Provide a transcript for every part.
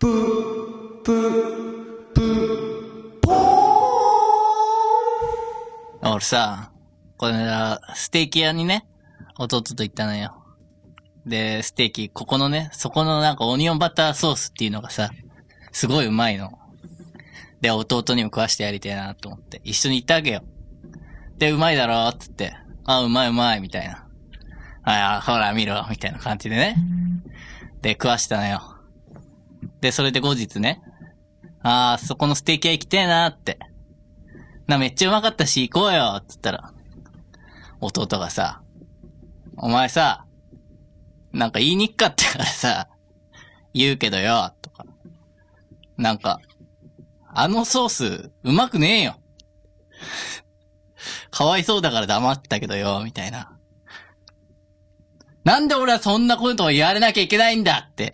ぷ、ぷ、ぷ、ぽー俺さ、この間、ステーキ屋にね、弟と行ったのよ。で、ステーキ、ここのね、そこのなんかオニオンバターソースっていうのがさ、すごいうまいの。で、弟にも食わしてやりたいなと思って、一緒に行ったわけよ。で、うまいだろっつって、あ、うまいうまい、みたいな。ああ、ほら見ろ、みたいな感じでね。で、食わしたのよ。で、それで後日ね、ああ、そこのステーキ屋行きてえなって。な、めっちゃうまかったし、行こうよっつったら、弟がさ、お前さ、なんか言いにくかったからさ、言うけどよ、とか。なんか、あのソース、うまくねえよ。 かわいそうだから黙ってたけどよ、みたいな。なんで俺はそんなことを言われなきゃいけないんだって、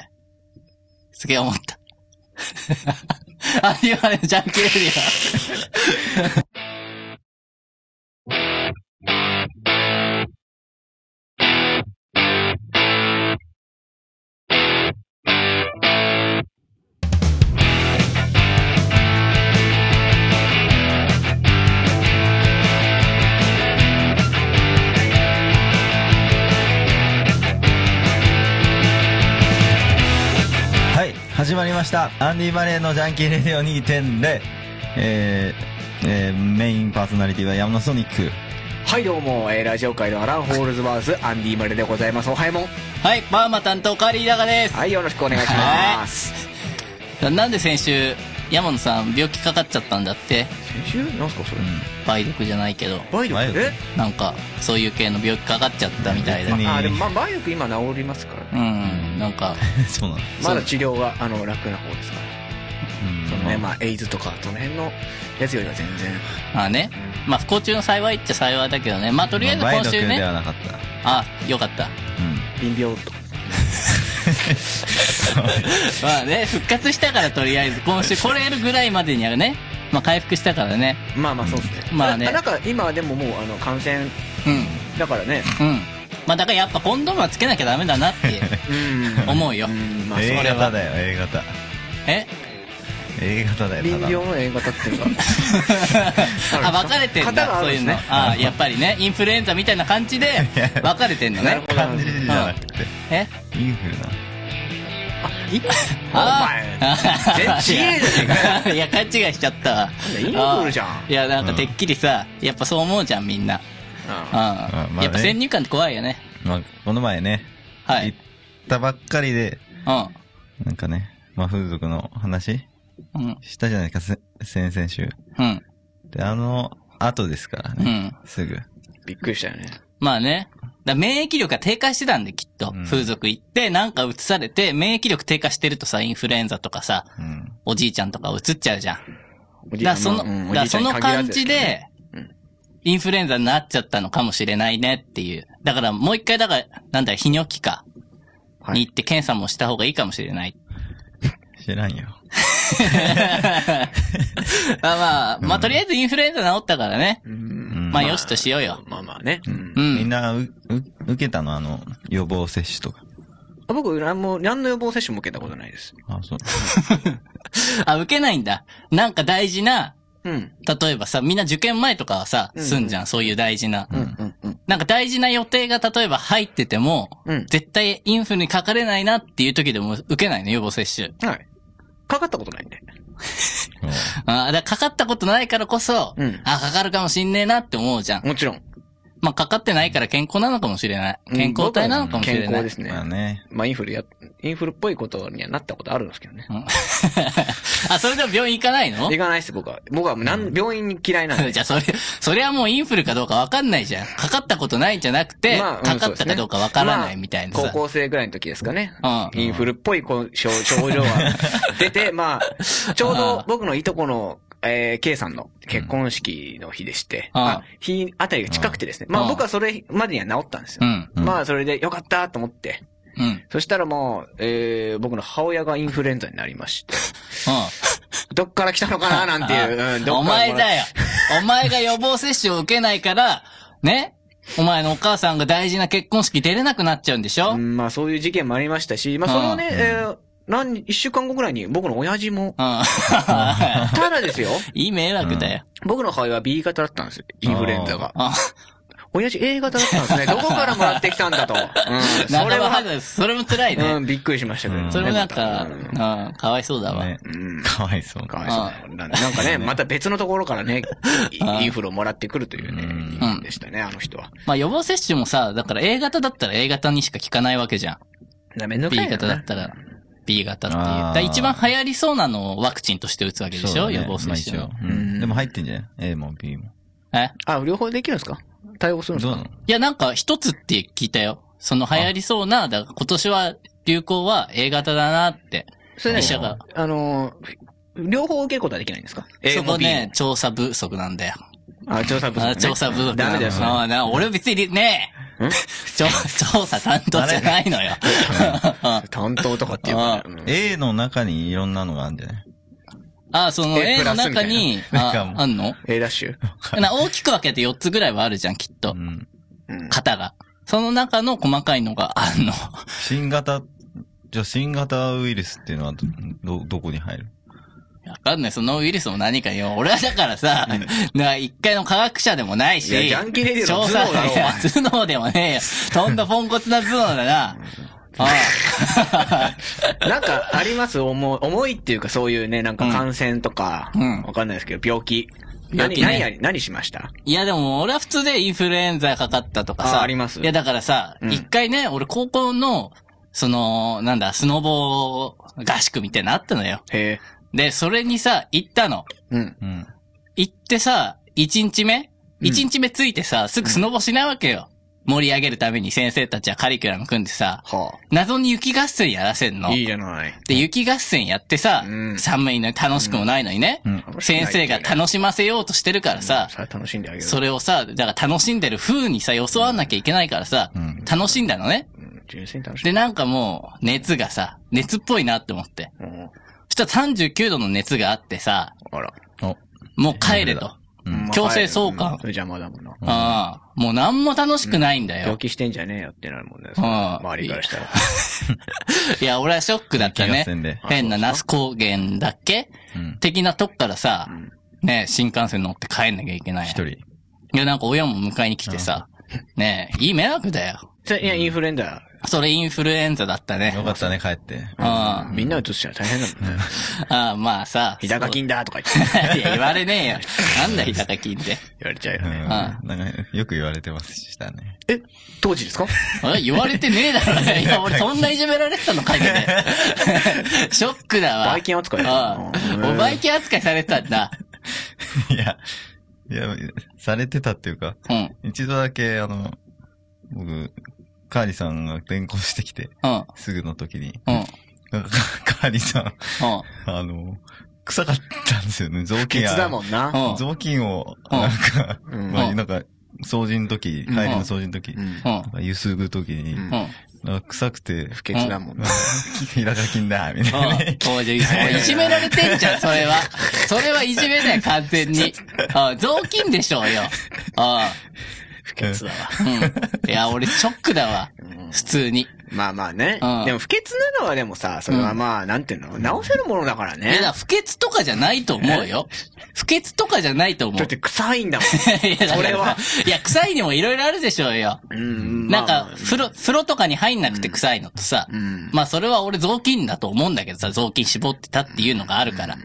すげえ思った。 アニマルジャンクエリア。はい始まりましたアンディバレーのジャンキーレディオ2.0えーえーメインパーソナリティは山のソニックはい、どうも、えー、ラジオ界のアラン・ホールズバース、アンディ・マレでございます。おはようもん。はい、パーマ担当カリーダガです。はい、よろしくお願いします。なんで先週、山野さん病気かかっちゃったんだって先週なんすか、それ。梅毒じゃないけど、梅毒梅毒えなんか、そういう系の病気かかっちゃったみたいだ別。にあ、でも、まあ、梅毒今治りますからね。うん、なんか、 そうなのまだ治療が、あの、楽な方ですから。うんそのね、まあ、エイズとか、その辺のやつよりは全然。まあね、まあ不幸中の幸いっちゃ幸いだけどね、まあとりあえずまあ今週梅毒でね、はなかったあ、よかった。う貧病と。まあね、復活したからとりあえず、今週来れるぐらいまでにはね、まあ回復したからね、まあまあ、そうですね。まあねななんか、今でももう、あの、感染うん、だからね。うん。まあだからやっぱコンドームはつけなきゃダメだなってうん。思うよう。ん、まあ、んそ A れ型は。だよ A 型え A 型だよた貧だ病のの A 型っていうか。あ、分かれてん型がだ、あそういるんですうねね。あやっぱりね、インフルエンザみたいな感 じで分かれてんのなるねほ。ど感じじゃなくてえインフルなお前全然違えじゃねえ いや、勘違いしちゃったわ。インフルじゃんあいや、なんかてっきりさ、やっぱそう思うじゃん、みんな。うん。うんあまあねやっぱ先入観って怖いよね。まあこの前ねはい行ったばっかりでうなんかねまあ風俗の話ん。うん。したじゃないですかせ先々週うん。であの後ですからうねん。すぐびっくりしたよね。まあね。だから免疫力が低下してたんで、きっと。うん風俗行って、なんか移されて、免疫力低下してるとさ、インフルエンザとかさ、うんおじいちゃんとか移っちゃうじゃん。おじいちだからゃんその、うだかんおじらいちそゃんにの限らず感じでうん、インフルエンザになっちゃったのかもしれないねっていう。だからもう一回、だから、なんだ、泌尿器科はいに行って検査もした方がいいかもしれない。知らんよまあまあ、まあとりあえずインフルエンザ治ったからね。うんうんまあよしとしようよ。まあまあね。うんうみんん。なう、う、受けたのあの、予防接種とか。僕、何も、何の予防接種も受けたことないです。あ、そう。あ、受けないんだ。なんか大事な、うん。例えばさ、みんな受験前とかはさ、うんすんじゃん、そういう大事な。うん。うん。なんか大事な予定が例えば入ってても、うん。絶対インフルにかかれないなっていう時でも受けないの、予防接種。はい。かかったことないんで。ああ、だからかかったことないからこそ、うんあかかるかもしんねえなって思うじゃん。もちろん。まあ、かかってないから健康なのかもしれない。健康体なのかもしれ健ない。康ですねま。あね。まあ、インフルや、インフルっぽいことにはなったことあるんですけどね。うんあ、それでも病院行かないの行かないです、僕は。僕はもうなん、病院に嫌いな んで。じゃあ、それ、それはもうインフルかどうかわかんないじゃん。かかったことないんじゃなくて、まあうんかかったかどうかわからないみたいなまあさ。高校生ぐらいの時ですかね。うんインフルっぽいこう症症状が 出て、まあ、ちょううどん僕のいとこの、えー、K さんの結婚式の日でして、うんあ日あたりが近くてですね。まうあん僕はそれまでには治ったんですよう。ん。うんまあそれでよかったと思って。うん。うん。そしたらもう、えー、僕の母親がインフルエンザになりまして、 どっから来たのかななんていう。うん どおっから前だよ。お前が予防接種を受けないから、ねお前のお母さんが大事な結婚式出れなくなっちゃうんでしょ、 うんまあそういう事件もありましたし、まあそれをね、うんえー何、一週間後ぐらいに僕の親 父うも、ん。ただですよ、いい迷惑だよ。僕の母親は B 型だったんですよ。インフルエンザが。あ親父 A 型だったんですね。どこからもらってきたんだと。うん、それ仲間は、外れ それも辛いねう。ん、びっくりしましたけど、うんそれもなんか、ううん、かわいそうだわ。ねうんかわいそう。かわいそうだよなんなんかね、また別のところからね、イインフルをもらってくるというね、うん人間でしたね、あの人は。まあ予防接種もさ、だから A 型だったら A 型にしか効かないわけじゃん。だめんど B 型だったら B 型っていう。だあーから一番流行りそうなのをワクチンとして打つわけでしそょ、うだ予ね防接種まあの。一応うんでも入ってんじゃない ?A も B も。えあ、両方できるんですか対応するんですどうかなのいや、なんか一つって聞いたよ。その流行りそうな、だから今年は流行は A 型だなって。それね医者が、あのー、両方受けることはできないんですかそ A こも B ねも、。調査不足なんだよ。あ、調査部あ調査不足ダなメんですね。あーな俺別にねん 調調査担当じゃないのよ。担当とかっていうかねあうん ?A の中にいろんなのがあるんじゃないあ、その A A プラのスみた中いなに、なんかあも、うあんの A ダッシュな大きく分けて4つぐらいはあるじゃん、きっとう。ん。うん型が。その中の細かいのがあんの。 新型、じゃあ新型ウイルスっていうのはど、ど、どこに入るわかんない、そのウイルスも何かよ。俺はだからさ、な一回の科学者でもないし、いやジャンキーレディオの頭脳だろいや頭脳でもねえよ。とんだポンコツな頭脳だ な。ああ。なんかあります重い、重いっていうかそういうね、なんか感染とか、うんわかんないですけど、病気。病何、気ね何やり、何しました いやでも俺は普通でインフルエンザかかったとかさ。あありますいやだからさ、うん一回ね、俺高校の、その、なんだ、スノボー合宿みたいなのあったのよ。へえ。で、それにさ、行ったの。うん。うん。行ってさ、一日目うん一日目ついてさ、すぐスノボしないわけよ。盛り上げるために先生たちはカリキュラム組んでさ、は謎に雪合戦やらせんあ。の。いいじゃない。で、雪合戦やってさ、うん寒いのに楽しくもないのにね、うん先生が楽しませようとしてるからさ、さあ楽しんであげる。それをさ、だから楽しんでる風にさ、装わなきゃいけないからさ、うん楽しんだのね。うん純粋に楽しんで、なんかもう、熱がさ、熱っぽいなって思って。うんそしたら39度の熱があってさ、あら。お。もう帰れと。うん。強制送還うん邪魔だもんな。ああ、もう何も楽しくないんだよ病。気してんじゃねえよってなるもんね。ああ周りからしたら。いや、俺はショックだった気がねせんで。変な那須高原だっけうん。的なとこからさう、んね、新幹線乗って帰んなきゃいけない。一人。いや、なんか親も迎えに来てさ、ね、いい迷惑だよ。それいや、インフルエンザ、それインフルエンザだったねよ。かったね、帰って。あみんなうつしたら大変だ もんね。あ、ああまあさ。ひだかきんだとか言っそてう。いや、言われねえよ。なんだひだかきんって。言われちゃうようん。ね。あなんか、よく言われてましたね。 え、当時ですかあ言われてねえだろ。いや、俺そんないじめられてたのかけて。ショックだわ。バイキン扱いだあなあ。おバイキン扱いされてたんだ。いや、いや、されてたっていうか、うん。うん。一度だけ、あの、僕、カーリさんが転校してきて、うん。すぐの時に、うん。なんかカーリさん、あの、臭かったんですよね、雑巾ケツだが。もんな。うん雑巾を、うんなんか、うんまあ、なんか、掃除の時、帰りの掃除の時、うんうん。なんかゆすぐ時に、うんうん。なんか臭くて、不潔だもんな。ひらか きんだ、みたいなね。当時、いじめられてんじゃん、それは。それはいじめだよ、完全に。ああ雑巾でしょうよ。あ不潔だわ。あうん。いや、俺、ショックだわ。普通に。まあまあねう。んでも不潔なのはでもさ、それはまあ、なんていうの直せるものだからいや、だかねら。不潔とかじゃないと思うよ。不潔とかじゃないと思だっう。て臭いんだもん。いやだからそれはいや、臭いにもいろいろあるでしょうよ。うんなんか、、風呂、風呂とかに入んなくて臭いのとさ。うん。まあ、それは俺雑巾だと思うんだけどさ、雑巾絞ってたっていうのがあるから。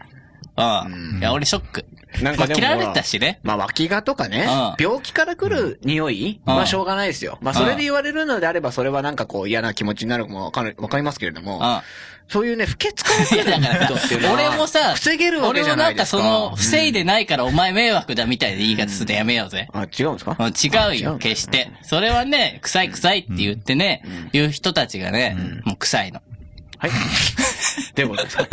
ああ。いや、俺ショック。なんかまであ、も嫌われてたしね。まあ、脇がとかねああ、病気から来る匂いああはしょうがないですよ。まあ、ああそれで言われるのであれば、それはなんかこう嫌な気持ちになるのもわかる、わかりますけれども、あそういうね、不潔か ら来るだから人さっていうのは、俺もさ防げるわけ俺じゃもなないんでかすか。その、防いで。でないからお前迷惑だみたいな言い方するのやめようぜ。あ、違うんです かうん違う違うよ、決して。それはね、臭い臭いって言ってね、言う人たちがね、もう臭いの。はい。でもですか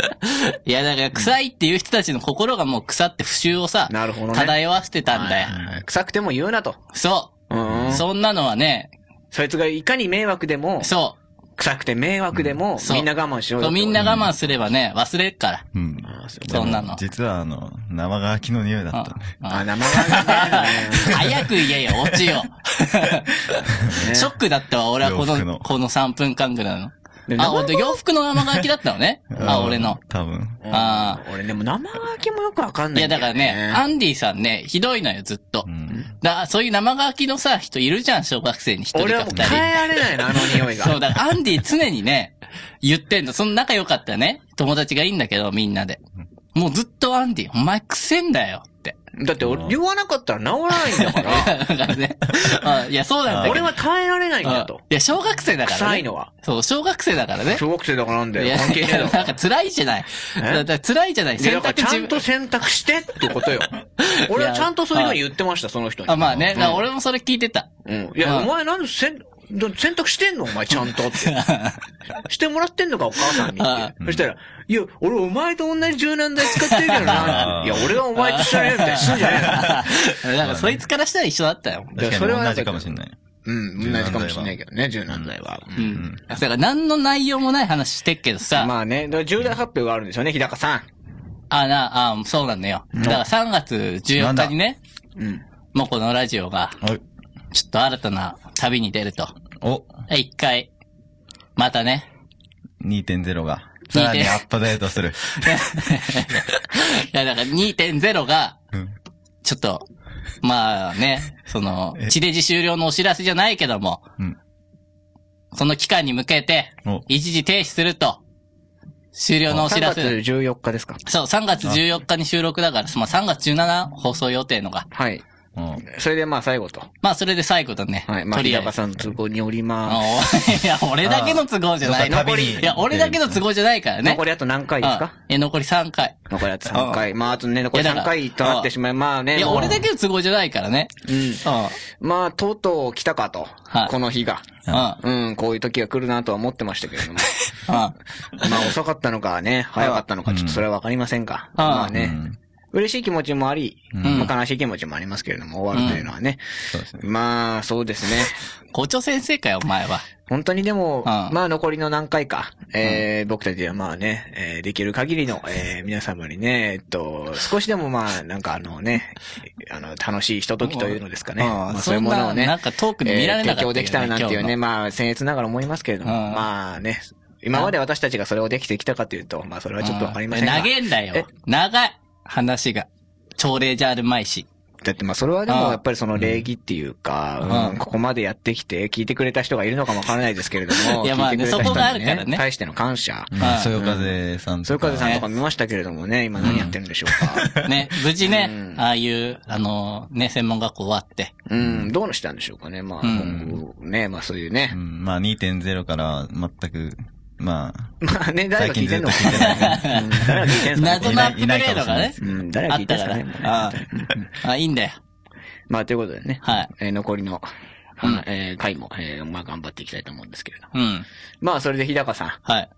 いや、だから臭いっていう人たちの心がもう腐って不臭をさ、なるほどね漂わせてたんだよ。はい臭くても言うなと。そうんう。。そんなのはね、そいつがいかに迷惑でも、そ臭くて迷惑でも、そうみんな我慢しろう。よそうと。みんな我慢すればね、忘れっから。うん。あそうそんなの。実は、あの、生乾きの匂いだったね。うんあ、生が早く言えよ、落ちよ。ね ショックだったわ、俺はこ洋服のの、この3分間ぐらいの。であ、生お洋服の生乾きだったのね。あ、俺の。。多分。あ俺でも生乾きもよくわかんいないや、んだだよ、からね、アンディさんね、ひどいのよ、ずっとう。ん。だそういう生乾きのさ、人いるじゃん、小学生に一人俺はかもう二変え人。られないの、あの匂い が。そう、だからアンディ常にね、言ってんの。その仲良かったね、友達がいいんだけど、みんなで。もうずっとアンディ、お前くせんだよって。 だって俺言わなかったら治らないんだから、だからね。あいや、そうなんだけど。俺は耐えられないんだうんと。いや、小学生だからね。臭いのは。そう、小学生だからね。小学生だからなんだいよ。や関係ねえだ ろ。なんか辛いじゃない。えだだ辛いじゃない。いや選だから択ち自ゃんと分。選択してってこ とよ。俺はちゃんとそういうのに言ってました、その人に。あ、まあね。うんだから俺もそれ聞いてた。 うん。いや、うんお前なんでせん、ど選択してんのお前ちゃん とって。してもらってんのかお母さんにって。そしたら、いや、俺お前と同じ柔軟剤使ってるけどな。あーいや、俺がお前と一緒にやるみたいにすんじゃねえよ。 なんかそいつからしたら一緒だったよ。や確そかれには同じかもしれない。うん、同じかもしれないけどね、柔軟剤は。ううんん。だから何の内容もない話してっけどさ。まあね、だから重大発表があるんですよね、日高さん。あ、な、あ、そうなんだよ。だから3月14日にね、うん。もうこのラジオが、はい。ちょっと新たな旅に出ると。お、で一回、また ね。 2.0が。さらにアップデートする。いや、だから2.0が、うんちょっと、まあね、その、え地デジ終了のお知らせじゃないけども、うん。その期間に向けてお、一時停止すると、終了のお知3ら月せ。 14日ですか。そう、3月14日に収録だから、まあ3月17放送予定のが。はい。おそれでまあ最後と。まあそれで最後だね。はい。まあと日りあえ高ず。さんの都合により まおいや、俺だけの都合じゃないの。あー残りいや、俺だけの都合じゃないからす。ね。残りあと何回ですかあえ、残り3回。残りあと3回。まああとね、残りいやだ3から回となってしまい、まあね。いや、もう俺だけの都合じゃないからね。ううん。ん。まあ、とうとう来たかと。はいこの日が。うん。ううん、こういう時が来るなとは思ってましたけれどん。も。まあ、遅かったのかね、早かったのか、ちょっとそれはわかりませんが。うんまあうね、ん。嬉しい気持ちもあり、んまあ、悲しい気持ちもありますけれども、終わるというのはね。そうですね。まあ、そうですね。校長先生かよ、お前は。本当にでうも、んまあ残りの何回か、えー僕たちはまあね、えーできる限りの、えー皆様にね、えっと、少しでもまあ、なんかあのね、あの、楽しいひとときというのですかね。うんまあ、そんなそういうものをね、なんか遠くに見られなかったえー提よ供ねできたらなんていう今日ね、のまあ、僭越ながら思いますけれども、うんまあね、今まで私たちがそれをできてきたかというと、まあそれはちょっとわかりませんが。長えんだえよ。長い。話が。朝礼じゃあるまいし。だってまあそれはでうもんやっぱりその礼儀っていうか、うんうんここまでやってきて聞いてくれた人がいるのかもわからないですけれども、いやまあね聞いてくれた人にそこがあるからね対しての感謝。あそよ風さんそとよか。風さんとか見ましたけれどもね、今何やってるんでしょうか。 ね、無事ね、うんああいう、あのね、専門学校終わって。うん、どうしたんでしょうかね。まあ、うん今後ね、まあそういううね。ん。まあ2.0から全く、まあ、まあね、誰最が聞近いずてっんとの聞かいてないね。な。うん誰が聞いて謎んのかねのアッいプグレードないかもしれがないねで。うん、誰あが聞っいてたんかすらかねね。。あああ、いいんだよ。まあということでね。はいえー残りの、うんはえー回も、えーまあ頑張っていきたいと思うんですけれど。うん。まあそれで日高さん、はい。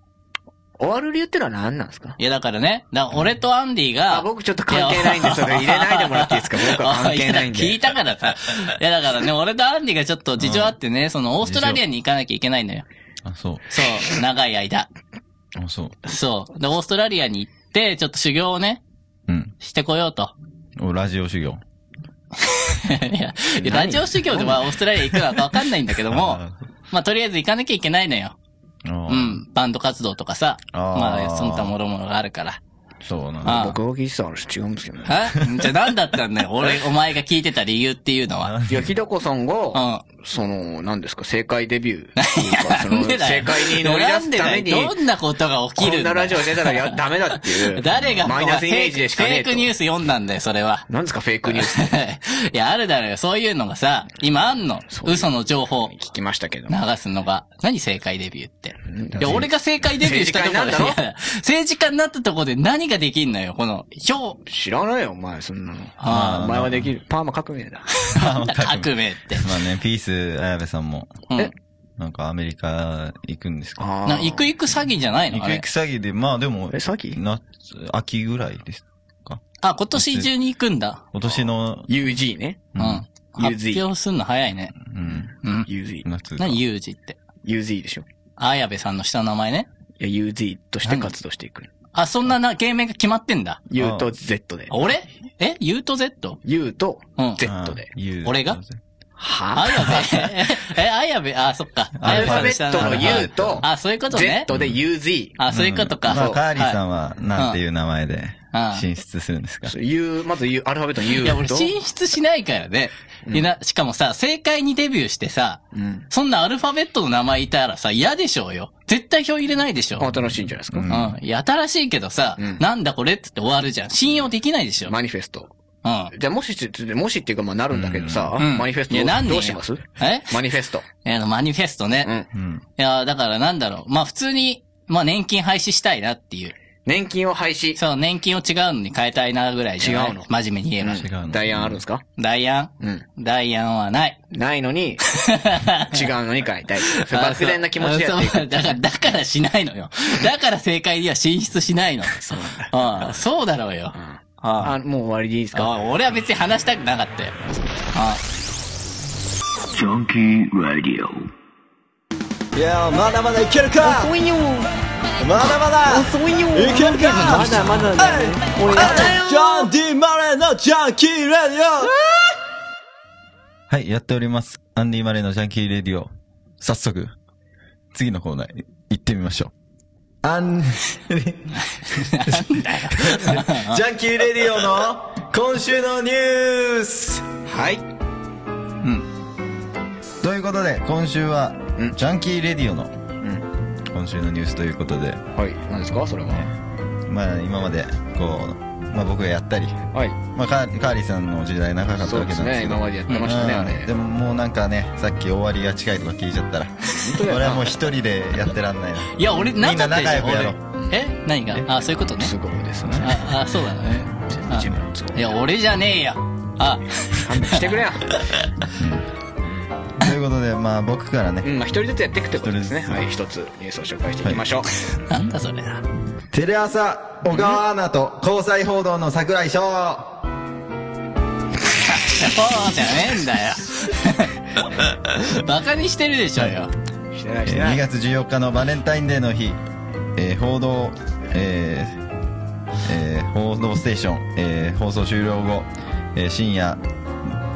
終わる理由ってのは何なんですかいや、だからね、だから俺とアンディが、あ僕ちょっと関係ないんでそれ入れないでもらって いいですか僕は関係ないんであや聞いたからさ。いや、だからね、俺とアンディがちょっと事情あってね、その、オーストラリアに行かなきゃいけないのよ。あ、そう。 そう、長い間。あ、そう。そう。で、オーストラリアに行って、ちょっと修行をね、うん。してこようと。 おラジオ修行。いや、いやラジオ修行でまあオーストラリア行くのかわかんないんだけど も、まあとりあえず行かなきゃいけないのよ。あう。ん。バンド活動とかさ。あーまあ、その他もろもろがあるから。そうなんだ。あ僕が聞いてた話違うんですけどね。あじゃあ何だった んだよ。俺、お前が聞いてた理由っていうのは。いや、日高さんうが、ん。その、何ですか、正解デビューっていう か。そのでだ正よ解に乗り出すためなんでに。だよどんなことが起きこるんんだなよラジオ出たらやダメだってい う。誰がマイナスイメージでしかねえフと。ェイクニュース読んだんだよ、それは。 なんですかフェイクニュースっていや、あるだろうよ。そういうのがさ、今あんの。そういう嘘の情報。聞きましたけど。流すのが、何正解デビューって。いや、うん俺が正解デビューしたところで、政治家になんだいや政治家になったところで何ができんのよ、この、票、知らないよ、お前、そんなの。あお前はできる。パーマ革命 だ。なんだ革命って。まあね、ピース、綾部さんも、うんえなんかアメリカ行くんですかあな行く行く詐欺じゃない行のくあれ行く詐欺で、まあでもえ、、さっき夏、秋ぐらいですかあ、今年中に行くんだ。今年の、 ?UG ね。うん。発 UZ 表すんの早いね。うん、うん。 UZ。夏。何、ユージって。 UZ でしょ。綾部さんの下の名前ね。いや、UZ として活動していく。あ、そんなな、芸名が決まってんだ。 U と Z で。俺え ?U と Z? U とうん。 Z で。言う俺がはあやべえ、あやべあ、そっか。アアルルフファァベベッットトのの U U とと、あ、そういうことね。 Z で UZ。あ、そういうことか。まあ、カーリーさはんは、なんていう名前でうん、進出するんですか U、まず U、アルファベットのい。 U いや、俺と、進出しないからね。でな、しかもさ、正解にデビューしてさ、うん。そんなアルファベットの名前いたらさ、嫌でしょうよ。絶対票入れないでしょ。新しいんじゃないですか。ううんん。いや、新しいけどさ、うんなんだこれってって終わるじゃん。信用できないでしょ。うん。マニフェスト。じゃあ、もし、もしっていうか、まあ、なるんだけどさ、うんマニフェストいやなんでどようしますえマニフェスト。えの、マニフェストね。いうん。うん。や、だからなんだろう。まあ、普通に、まあ、年金廃止したいなっていう。年金を廃止。そう、年金を違うのに変えたいなぐらいじゃない違うの真面目に言えば。違うのダイアンあるんですかダイアンうん。ダイアンはない。ないのに、違うのに書いたい。それあ漠然な気持ちでやっていそうく。あそうだから、だからしないのよ。だから正解には進出しないの。そうだ。そうだろうよ。うんああ、もう終わりでいいですかあ俺は別に話したくなかったよ。あいやまだまだいけるか遅いよまだまだ遅いよいけるかまだまだだよジャンディ・マレーのジャンキー・レディオはい、やっております。アンディ・マレーのジャンキー・レディオ。早速、次のコーナー、行ってみましょう。アン、ジャンキー・レディオの今週のニュースはい。ということで、今週は、うんジャンキー・レディオのん、今週のニュースということで、はい。何ですかそれは。まあ、今まで、こう、まあ僕がやったり、はい。まあカーカーリーさんの時代長かったそわうでけなんすですね。けど、今までやってましたね、うんあれ。でももうなんかねさっき終わりが近いとか聞いちゃったら当だよ俺なはもう一人でやってらん ないないや、俺、なかったでしょ、みんな仲俺良く。え何があ、そういうことね。すごいですね。あ、あそうだね。あ自分都合いや、俺じゃねえよ。あ、勘弁してくれよ。ということでまあ僕からうねん、まあ一人ずつやっていくってことです一人ずね。つはい、一つニュースを紹介していきましょう。なんだそれな。テレ朝小川アナと交際報道の櫻井翔そうじゃねえんだよ。バカにしてるでしょよ。してないしてえーな2い。月14日のバレンタインデーの日、えー報道、えーえー報道ステーション、えー放送終了後、えー深夜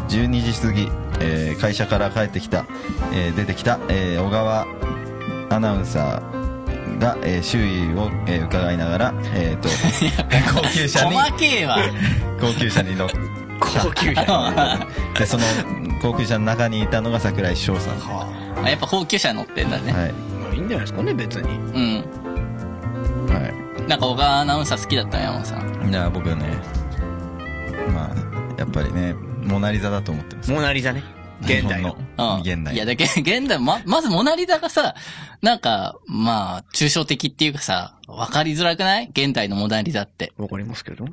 12時過ぎ、えー会社から帰ってきた、えー出てきた、えー小川アナウンサーが、えー周囲を、えー伺いながら、え ーと高級車に細けえわ。高級車に 乗って高級車。でその高級車の中にいたのが櫻井翔さん、はあやっぱ高級車乗ってんだいね。はい、まあいいんじゃないですかね、別に。うん。なんか小川アナウンサー好きだったね、山本さん。いや僕はねまあやっぱりねモナ・リザだと思ってますモナリザね。現代の。日本の現代いや、だけ、現代、ま、まずモナリザがさ、なんか、まあ、抽象的っていうかさ、わかりづらくない現代のモナリザって。わかりますけど。うん。 い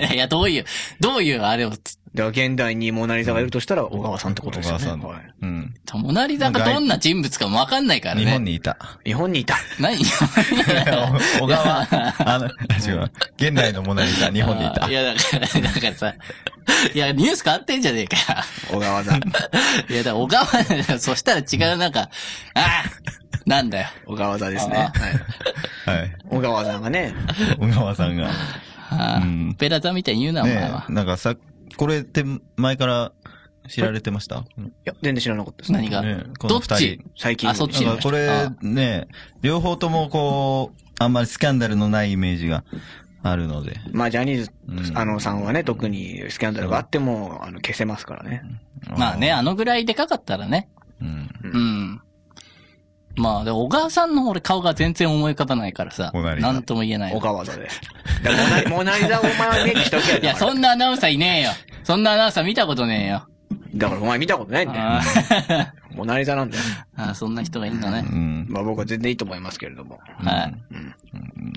やいや、どういう、どういうあれをつ、では、現代にモナリザがいるとしたら、小川さんってことですよ小川ね。さんはいうんモナリザがどんな人物かもわかんないからね。日本にい た日本にいた。何小川あの違う現代のモナ・リザ 日本にいたいや、だから、だからさ、いや、ニュース変わってんじゃねえかよ。小川さん。いや、だから、小川、そしたら違う、なんか、ああなんだよ。小川座ですね。はいあ。はい小川さんがね、小川さんがああうんオペラ座みたいに言うな、お前ねはえ。なんかさこれって前から知られてましたいや、全然知らなかったですね。何が、ねえこどのっ二人ち最近。あそっちなんかこれね両方ともこうあんまりスキャンダルのないイメージがあるのでまあ、ジャニーズ、うんあの、さんはね、特にスキャンダルがあっても、あの、消せますからね。まあね、あのぐらいでかかったらね。うんうん。まあ、で小川さんの俺顔が全然思い浮かばないからさ。小川なんとも言えない。小川座で。だからモナリモナリザをお前はイメージしとけよ。いや、そんなアナウンサーいねえよ。そんなアナウンサー見たことねえ よ。だからお前見たことないんだよ。あーモナリザなんだよ。あー、そんな人がいるんだねう。んまあ僕は全然いいと思いますけれども。はい。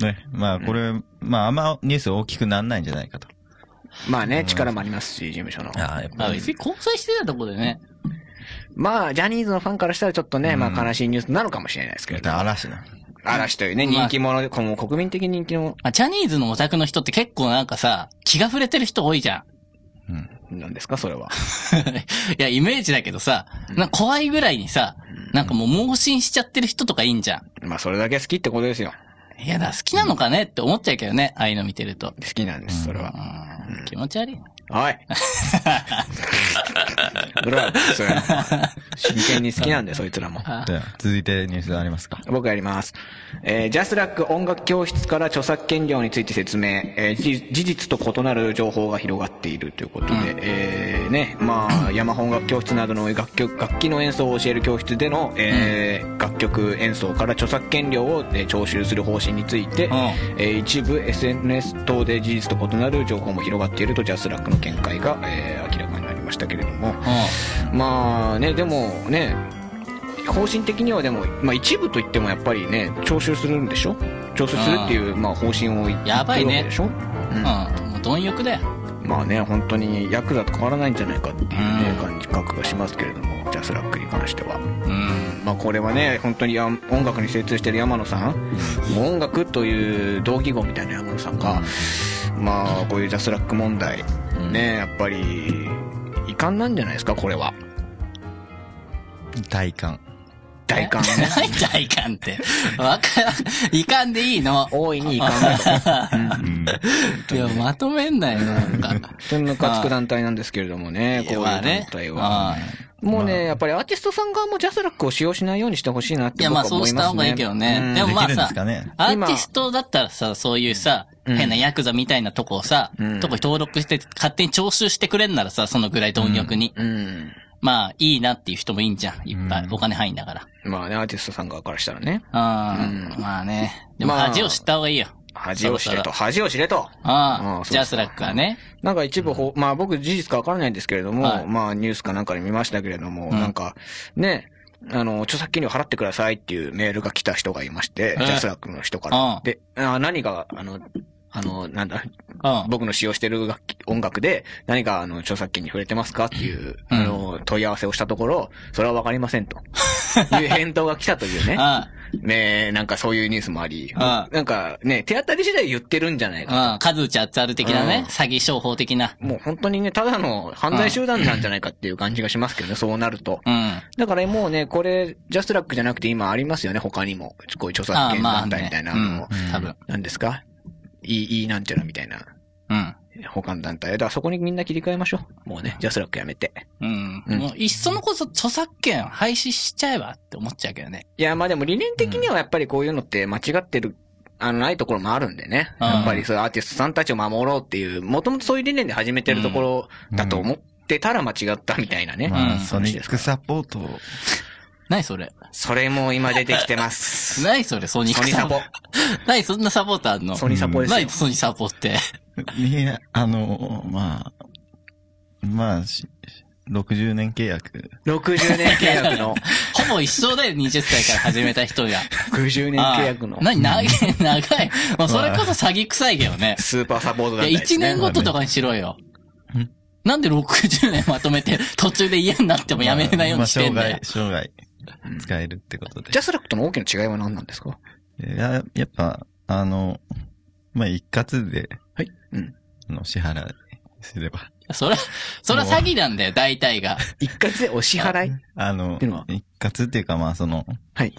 ね、まあこれ、まああんまニュース大きくなんないんじゃないかと。まあね、力もありますし、事務所の。ああ、やっまあ別に交際してたとこでね。まあ、ジャニーズのファンからしたらちょっとね、うんまあ悲しいニュースなのかもしれないですけれど。嵐な。嵐というね、まあ人気者で、この国民的人気の、まあ、ジャニーズのオタクの人って結構なんかさ、気が触れてる人多いじゃん。 うん。なんですか、それは。いや、イメージだけどさ、なんか怖いぐらいにさ、なんかもう盲信しちゃってる人とかいいんじゃん。まあ、それだけ好きってことですよ。いやだ、好きなのかねって思っちゃうけどね、ああいうの見てると。好きなんです、それは。うん、気持ち悪い。おい。ブラそれ真剣に好きなんだよ、そいつらも。じゃあ続いてニュースありますか僕やります。えージャスラック音楽教室から著作権料について説明、えーじ事実と異なる情報が広がっているということで、えーね、まあ、山本楽教室などの楽曲、楽器の演奏を教える教室での、えー楽曲演奏から著作権料を、えー徴収する方針について、んえー一部 SNS 等で事実と異なる情報も広がっているとジャスラックの見解が、えー明らかになりましたけれども、まあね、でもね、方針的にはでも、まあ、一部といってもやっぱりね、徴収するんでしょ徴収するっていう、まあ、方針を言ってるやわばいねけでしょ、うん。うん。もう貪欲だよ。うんまあね、本当にヤクザと変わらないんじゃないかっていう、ねうん感じ感覚がしますけれども、ジャスラックに関しては。うん。まあ、これはね、本当にや音楽に精通してる山野さん、もう音楽という同義語みたいな山野さんが、まあ、こういうジャスラック問題、ね、やっぱり、遺憾なんじゃないですか、これは。大観大感ね。何じゃいかんって。わからん。いかんでいいの。大いに遺憾だ といや、まとめんなよ、なんか。本当にムカつく団体なんですけれどもね、こういう団体は。うんもうね、やっぱりアーティストさん側もジャスラックを使用しないようにしてほしいなっいてや、僕まはあそう思いしまたす方がいね。いけどね。うんでもまあできるんでさす、かねアーティストだったらさ、そういうさ、変なヤクザみたいなとこをさ、うんとこに登録して、勝手に徴収してくれんならさ、そのぐらい貪欲に。うん。まあ、いいなっていう人もいいんじゃん。いっぱい。お金範囲だから。まあね、アーティストさん側からしたらね、うん。まあね。でもまあ恥を知った方がいいよ。恥を知れそと、ろ恥を知れと。そろ。あうあん、そうそうジャスラックはね。なんか一部ほ、まあ僕事実かわからないんですけれども、はいまあニュースかなんかで見ましたけれども、んなんか、ね、あの、著作権料払ってくださいっていうメールが来た人がいまして、えジャスラックの人から。うんで、あ何が、あの、あの、なんだ、うん。僕の使用してる楽器、音楽で何かあの著作権に触れてますかっていう、あの、問い合わせをしたところ、それはわかりませ んと。いう返答が来たというね。あねなんかそういうニュースもあり。あなんかね、手当たり次第言ってるんじゃないか。あ、うん。カズーチャッツァル的なうんね、詐欺商法的な。もう本当にね、ただの犯罪集団なんじゃないかっていう感じがしますけどね、そうなると。うん。だからもうね、これ、ジャスラックじゃなくて今ありますよね、他にも。こういう著あ作あ、権まあ団体みねたい。な、うあのん。多分。何ですかいい、いいなんちゃらみたいな。うん。保管団体。だからそこにみんな切り替えましょう。もうね、ジャスラックやめて。うん。うんもう、いっそのこそ著作権廃止しちゃえばって思っちゃうけどね。いや、まあでも理念的にはやっぱりこういうのって間違ってる、あの、ないところもあるんでね。うんやっぱりそういうアーティストさんたちを守ろうっていう、もともとそういう理念で始めてるところだと思ってたら間違ったみたいなね。まうあんソニックサポートを何それそれも今出てきて ます。何それソニッソクニーサポ。何そんなサポーターあんのソニーサポですよ何。ソニーサポって。 いやあのまあまあし60年契約60年契 約の、ほぼ一緒だよ、20歳から始めた人が。60年契約のああ、何、長い、長い。もうそれこそ詐欺臭いけどね。スーパーサポートい団や、体です、 1ね。年ごととかにしろよ。なんで60年まとめて、途中で嫌になってもやめれないようにしてんだよ。まあ生涯、生涯、使えるってことでジ。ャスラックとの大きな違いは何なんですかいや、やっぱ、あの、まあ、一括で、はい。うん。あの、支払いすれば。それ、それは詐欺なんだよ、大体 が。一括でお支払いあのっていうのは、一括っていうか、まあ、その、はい。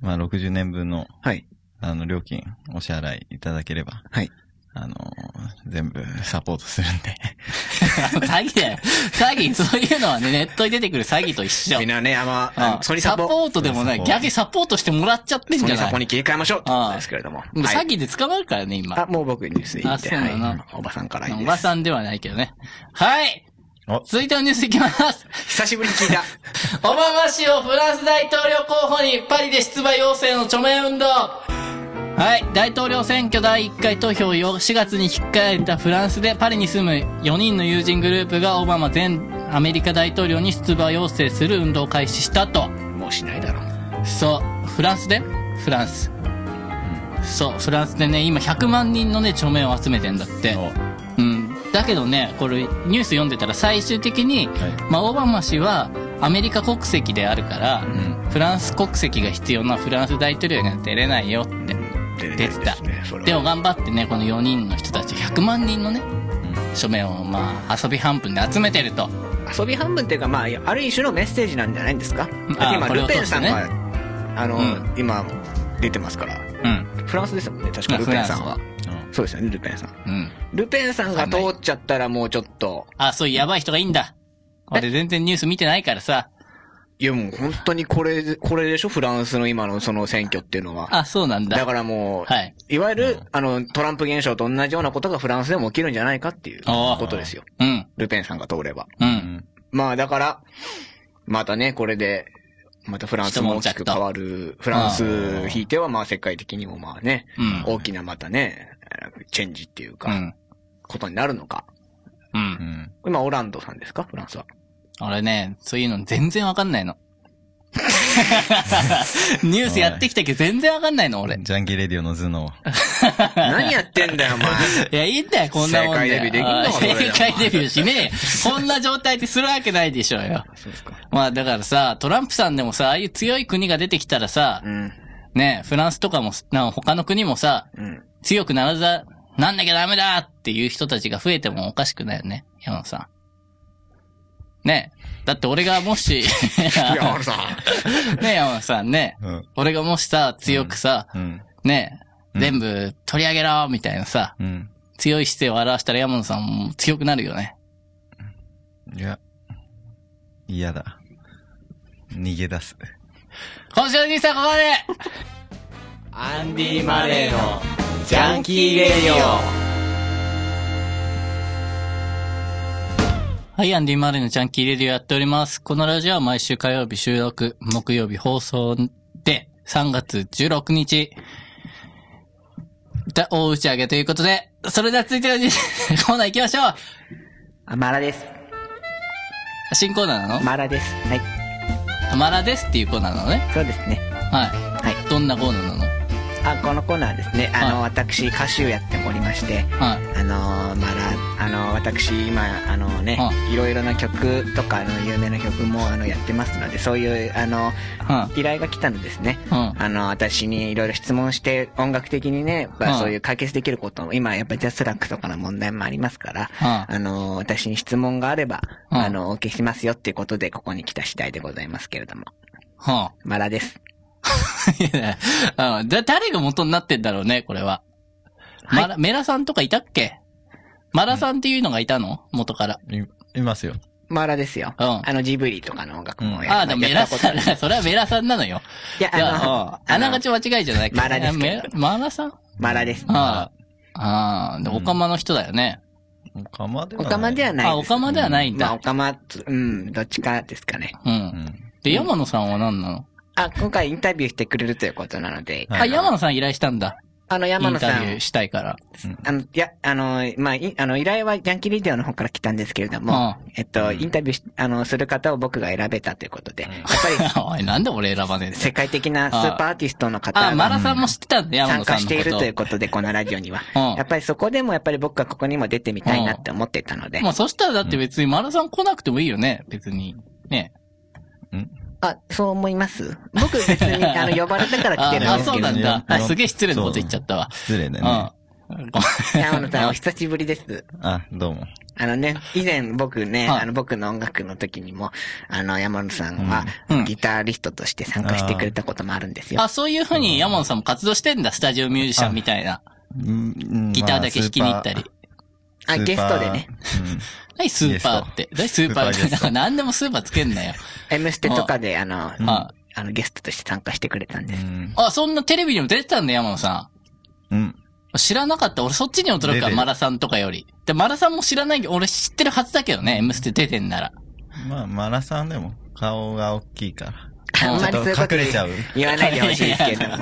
まあ、60年分の、はい。あの、料金、お支払いいただければ、はい。あの、全部サポートするんで。詐欺だよ。詐欺、そういうのはね、ネットに出てくる詐欺と一緒みん。なね、あのああの、ソニーサポートでもなソい。ニーサポ逆にサポートしてもらっちゃってんソじニゃーサなポいに切り替えましょうってことですけれども。もうは詐い欺で捕まるからね、今あ、。もう僕ニュースで言って、あそうなのはい。おばさんからいいです。おばさんではないけどね。はいお続いてのニュースいきます。久しぶりに聞いた。オバマ氏をフランス大統領候補にパリで出馬要請の著名運動。はい。大統領選挙第1回投票を4月に控えたフランスでパリに住む4人の友人グループがオバマ前アメリカ大統領に出馬要請する運動を開始したと。もうしないだろう。そう、フランスでフランス。そう、フランスでね、今100万人のね、著名を集めてんだって。うん。だけどね、これ、ニュース読んでたら最終的に、はまあ、オバマ氏は、アメリカ国籍であるから、フランス国籍が必要なフランス大統領には出れないよって。出てた。でも頑張ってね、この4人の人たち、100万人のね、署名を、まあ、遊び半分で集めてると。遊び半分っていうか、まあ、ある一種のメッセージなんじゃないんですかだって今、これルをペンさんが、通あの、うん今、出てますから。うん。フランスですもんね、確かルペンさんはフラン。そうですよね、ルペンさん。うん。ルペンさんが通っちゃったらもうちょっと、あ、そういうやばい人がいいんだ。俺全然ニュース見てないからさ。いやもう本当にこれ、これでしょフランスの今のその選挙っていうのは。あ、そうなんだ。だからもう、はいいわゆる、あの、トランプ現象と同じようなことがフランスでも起きるんじゃないかっていうあーことですよ。うん、ルペンさんが通れば。うう。んんまあだから、またね、これで、またフランスも大きく変わる、フランスひいてはまあ世界的にもまあね、うん大きなまたね、チェンジっていううか、ん。ことになるのか。う。うんん。今、オランドさんですかフランス は。俺ね、そういうの全然わかん ないの。ニュースやってきたけど全然わかんないの、俺。ジャンキーレディオの頭脳。何やってんだ よ、お前。いや、いいんだよ、こんなもん正解デビューできんのあーそれ正解デビューしねえよ。こんな状態でするわけないでしょうよ。そうですか。まあ、だからさ、トランプさんでもさ、ああいう強い国が出てきたらさう、ん。ね、フランスとかも、な他の国もさ、うん。強くならざ、なんなきゃダメだっていう人たちが増えてもおかしくないよね、山野さん。ねだって俺が もし、いや、オランドさん。 ね山野さんね、うん。俺がもしさ、強くさ、うん。ね全部取り上げろみたいなさ、うん。強い姿勢を表したら山野さんも強くなるよね。いや。嫌だ。逃げ出す。今週のニュースはここでアンディ・マレーのジャンキー・レディオはい、アンディ・マーレのジャンキーレディをやっております。このラジオは毎週火曜日収録、木曜日放送で、3月16日、だ大打ち上げということで、それでは続いてのニュース コーナー行きましょうあマラです。新コーナーなのマラです。はい。ハマラですっていうコーナーなのね。そうですね。ははい。い。どんなコーナーなのあ、このコーナーはですね。あの、は私、歌手をやっておりまして、はい。あのー、マラ、あのー、私、今、あのーねは、いろいろな曲とか、あの、有名な曲も、あの、やってますので、そういう、あの、うん。依頼が来たのですね。うん。あの、私にいろいろ質問して、音楽的にね、まはあいそういう解決できることも、今やっぱジャスラックとかの問題もありますから、はあいの、私に質問があれば、はいあの、お受けしますよっていうことで、ここに来た次第でございますけれども。 はマラです。あ。いや、あだ誰が元になってんだろうね、これは。はいマラ、メラさんとかいたっけマラさんっていうのがいたの元から。い、いますよ。マラですよ。うんあの、ジブリとかの音楽もあやあ、っでたもやメっラたことさあん、る。 それはメラさんなのよ。いや、いや、ああの、あながち間違いじゃないけどマラですけどメラマラさんマラです。ああ。ああ、で、オカマの人だよね。おかまではオない。カマではないです。あオカマではないんだまあ、オカマ、うん、どっちかですかね。う。うんん。で、山野さんは何なのあ、今回インタビューしてくれるということなので、はあ、い山野さん依頼したんだ。あの、イ山ン野タさビュんー、したいから。あの、いや、あの、まあ、いあの、依頼はジャンキーリディオの方から来たんですけれども、えっと、インタビューし、あの、する方を僕が選べたということで、やっぱおい、なんで 俺選ばねえんり、 だ世よ界的なスーパーアーティストのああ、方マがラさんも知ってたんだ、山参野さん加のこと。しているということで、このラジオにはうん。やっぱりそこでも、やっぱり僕はここにも出てみたいなって思ってたのでま、あ、そしたらだって別にマラさん来なくてもいいよね、別に。ね。あ、そう思います僕別に、あの、呼ばれたから来あてー、るんあですそうけどなんね、だ。あ、そうすげえ失礼なこと言っちゃったわ。失礼だうよね。ん。山野さん、お久しぶりです。あ、どうも。あのね、以前僕ね、はいあの僕の音楽の時にも、あの山野さんはうんうんギタリストとして参加してくれたこともあるんですよ。あ、そういうふうに山野さんも活動してんだ、スタジオミュージシャンみたいな。ギギターだけ弾きに行ったり。。あゲストでね。何スーパーって。何スーパーっスーパーゲストて。だから 何でもスーパーつけんなよ。 M ステとかであの、ああのゲストとして参加してくれたんです。あ、そんなテレビにも出てたんだ、山野さうん。うん。ん。知らなかった。俺そっちに驚く出てわ、るマラさんとかより。で、マラさんも知らないけど、俺知ってるはずだけどね、M ステ出てんなら。まあ、マラさんでも顔が大きいから。うんあんまりそういうこと隠れちゃう言わないでほしいですけども。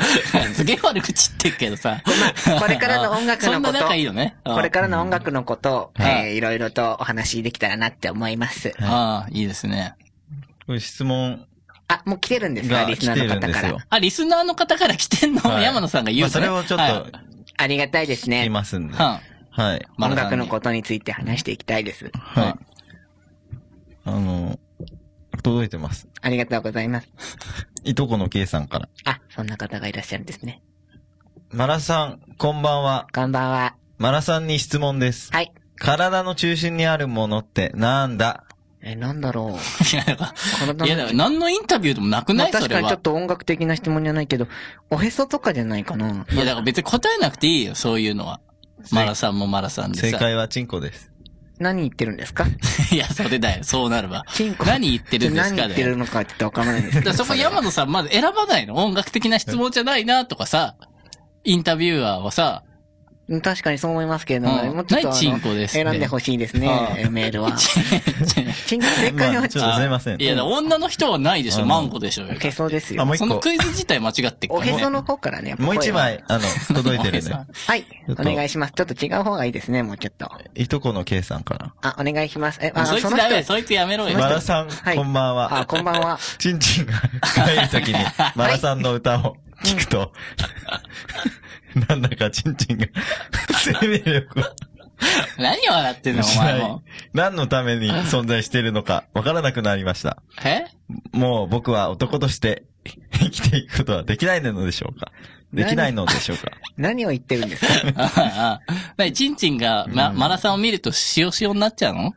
すげえ悪口言ってるけどさ。まあこれからの音楽のことそんな仲いいよね。これからの音楽のことを、んえーいろいろとお話しできたらなって思います。ら。ああ、いいですね。これ質問あ、もう来てるんですかがリ来スナーてのるん方でかすらよ。。あ、リスナーの方から来てんの、はい山野さんが言うまの、あ、ね。それをちょっはいとありがたいです聞きね。ますんで。ははい。い。音楽のことについて話していきたいです。とはい。あの、届いてます。ありがとうございます。いとこの K さんから。あ、そんな方がいらっしゃるんですね。マラさん、こんばんは。こんばんは。マラさんに質問です。はい。体の中心にあるものってなんだえ、なんだろう。いや、だか体ら、のいや、だから何のインタビューでもなくなまあい、そ確れかにちょはっ。と音楽的な質問じゃないけど、おへそとかじゃないかな。いや、だから別に答えなくていいよ、そういうのは。マラさんもマラさんでさ。正解はチンコです。何言ってるんですか いや、それだよ。そうなるわチン。コ何言ってるんです何か言ってだるよ。のかちょっとわからないんですだけからど。そこ山野さんまず選ばないの音楽的な質問じゃないなとかさ、インタビュアーはさ、うん確かにそう思いますけれども、うんもうちょっとあの何チンコですって選んでほしいですね、メール は。チンコ、正解まあはちちょょっっとすいません。いや、だから女の人はないでしうょ。んマンコでしょ。と消そうですあよもう。一個そのクイズ自体間違ってっおからねへその方からね、やっぱもう一声は枚、あの、届いて るおへそね。はい、お願いします。ちょっと違う方がいいですね、もうちょっと。いとこの K さんから。あ、お願いします。え、あそいつダメだよ、そいつやめろよ。マラさん、はいこんばんあ、は。こんばん は。チンチンが深い時に、マラさんの歌を聞くと、なんだかチンチンが生命力を何笑ってんの、お失前いも。、何のために存在しているのかわからなくなりました。え もう僕は男として生きていくことはできないのでしょうかできないのでしょうか何を言ってるんで すかああ 何、チンチンが、ま、マラさんを見ると塩塩になっちゃうの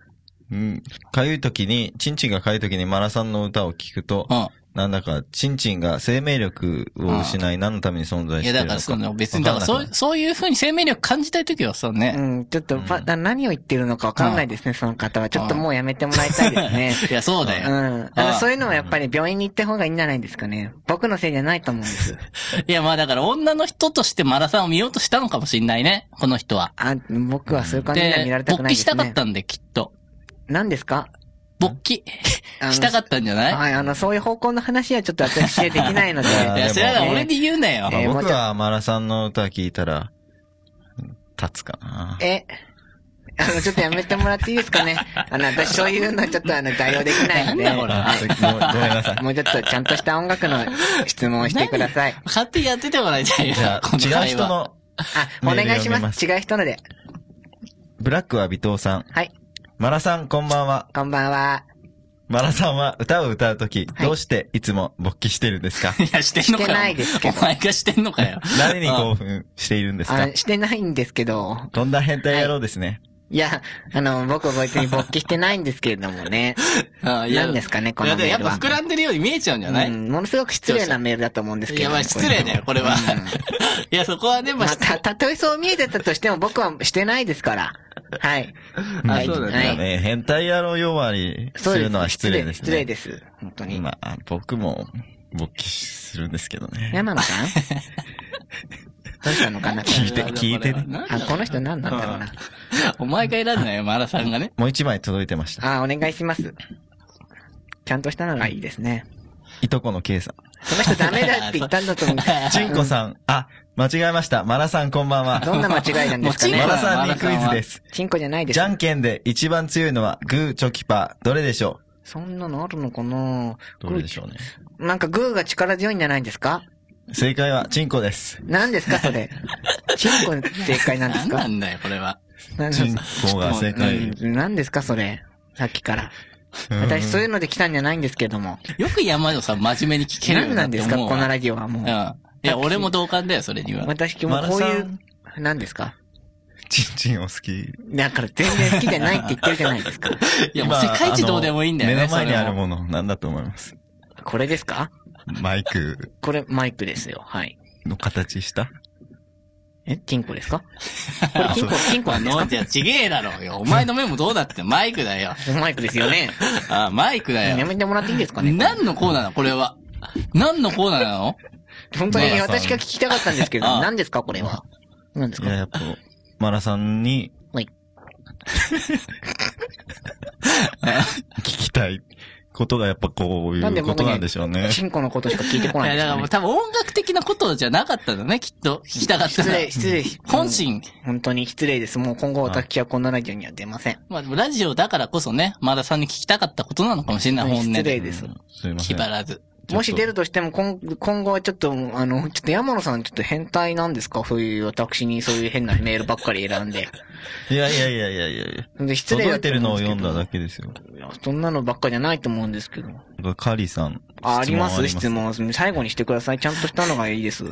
うん。かゆい時に、チンチンがかゆい時にマラさんの歌を聞くとう、ん。なんだか、チンチンが生命力を失い、何のために存在いしてや、いるのか。だからその別に、だからそうわんなくなる、そういう風に生命力感じたいときはそううね。ん、ちょっとば、あ何を言ってるのかわかんないですね、その方は。ちょっともうやめてもらいたいで すね。いや、そうだうよ。ん。ああの、そういうのはやっぱり病院に行った方がいいんじゃないですかね。僕のせいじゃないと思うんです。いや、まあだから女の人としてマラさんを見ようとしたのかもしんないね。この人は。あ、僕はそういう感じには見らでれ、たく勃ない起でしすね。たかったんで、きっと。何ですか勃起あのしたかったんじゃないはい、あの、そういう方向の話はちょっと私できない ので。いいや、それは俺に言うなよ。えーまあ僕はマラさんの歌聞いたら、立つかな。え、あの、ちょっとやめてもらっていいですかね。あの、私そういうのちょっとあの、代用できないので。なんだこれはあごごめんなさい い。もうちょっとちゃんとした音楽の質問をしてくだ さい。勝手にやっててもらいたいよ。じゃこ会あ、話違う人。の、あ、お願いメーしル読みまますす。違う人ので。ブラックは微糖さん。はい。マラさん、こんばんは。こんばんは。マラさんは歌を歌うとき、いどうしていつも勃起してるんです かいや、してんのかよ。してないですけどお前がしてんのかよ。何に興奮しているんですかあしてないんですけど。とんだ変態野郎ですね。いや、あの、僕は別に勃起してないんですけれどもね。あ いや何ですかねこのいやでもメールはやっぱ膨らんでるように見えちゃうんじゃない、うん、ものすごく失礼なメールだと思うんですけいど。や、まあ失礼だよ、これは。いや、そこはね、まあまあ、、た、たとえそう見えてたとしても僕はしてないですから。はい。 あはいそうだねはいまあね変態野郎弱りすそうでするのは失礼ですね。失礼です。本当に。まあ、僕も勃起するんですけどね。山野 さんどうしたのかな聞いて聞いてねなんだあ、ろうこの人何なんだろうな。 お前が選んだよ、マラさんがね。もう一枚届いてました。あ、お願いします。ちゃんとしたのがいいですね。いとこの K さん。この人ダメだって言ったんだと思う。ちんこさん、あ、間違えました。マラさんこんばんは。どんな間違いなんですかもうマチンコね。ラさんにクイズです。チンコじゃないでじすゃ。んけんで一番強いのはグー、チョキパー、どれでしょそんなのあるのかなうどれでしょうね。なんかグーが力強いんじゃないんですか正解はチンコです。何ですかそれ。チンコ正解なんでなすんなかんだよ、これは。何チンコが正解。うん何ですかそれ。さっきから。私そういうので来たんじゃないんですけども。よく山野さん真面目に聞けるよ何なんですかって思うこわのラジオはも。うん。いうや、俺も同感だよ、それには。私もこうマラいさんう、何ですかチンチンお好き。だから全然好きじゃないって言ってるじゃないですか。いや、もう世界一今どうでもいいんだよね。あの目の前にあるん。もの、なんだと思いますこれですかマイクこれマイクですよ。はい。の形したえ、チンコですかこれチンコ、チンコまあ、なんですのかんじゃちげえだろうよ。お前の目もどうだってマイクだよ。マイクですよね。あ、マイクだやよ。めてもらっていいですかね何のコーナーなのこれは。何のコーナーなの本当にマラさん私が聞きたかったんですけど、ああ何ですかこれは。何ですいや、かやっぱ、マラさんにはい。 聞きたいことがやっぱこういなんでうこ僕とになんでしょうね。チンコのことしか聞いてこいないや、んでだすからかもねう多分音楽的なことじゃなかったんだね、きっと。聞きたかった失のは礼、失礼し。本心。本当に失礼です。もう今後私はこんなラジオには出ません。まあでもラジオだからこそね、マラさんに聞きたかったことなのかもしれない、本音失礼で。です。すいませ気ん。張らず。もし出るとしても、今今後はちょっと、あの、ちょっと山野さん、ちょっと変態なんですかそういう、私にそういう変なメールばっかり選んで。いやいやいやいやいやい や。で失礼届だいてるのを読んだだけですよ。いやそんなのばっかじゃないと思うんですけど。カリさん。あ、あります質質問。問。最後にしてください。ちゃんとしたのがいいです。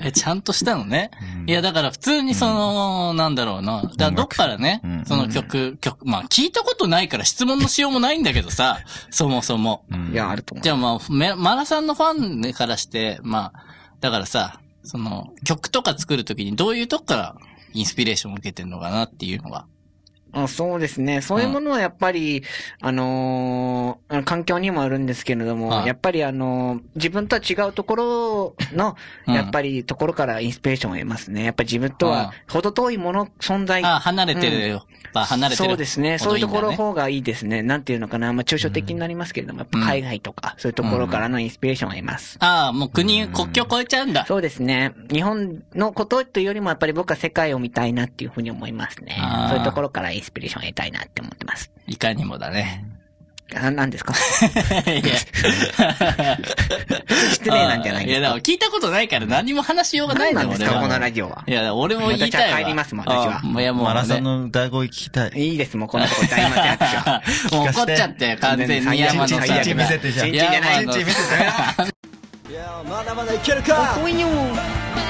え、ちゃんとしたのね。いや、だから普通にその、なんだろうな。だからどっからねうん、その曲、曲、まあ聞いたことないから質問のしようもないんだけどさ、そもそも。いや、あると思うじ。ゃあまあ、めマラさんのファンからして、まあ、だからさ、その、曲とか作るときにどういうとこからインスピレーションを受けてるのかなっていうのが。あそうですね。そういうものはやっぱり、あのーあの環境にもあるんですけれども、はいやっぱりあのー自分とは違うところの、うんやっぱりところからインスピレーションを得ますね。やっぱり自分とあは、ほど遠いもの、存在。あ、離れてるよ。まあ離れてる。そうですね。そういうところのほど方がいいですね。なんていうのかな。まあ、抽象的になりますけれども、やっぱ海外とか、そういうところからのインスピレーションを得ます。ああ、もう国、国境越えちゃうんだ。そうですね。日本のことというよりも、やっぱり僕は世界を見たいなっていうふうに思いますねあー。そういうところからインスピレーションを得たいなって思ってます。いかにもだね。あ、なんですか失礼なんじゃないいでや、すかだから聞いたことないから何も話しようがないんだ何も、なんんです俺か、このは。。ラジオはいや、俺も言いたいわ。私は帰りますもん私はあいや、もう、マね。ラソンの歌声聞きたい。いいです、もうこのとこ大魔やつじゃ。 もう怒っちゃって、 完全に山野さんが。最悪見せてじゃん山野さん一日見せていやまだまだいけるか遅いよ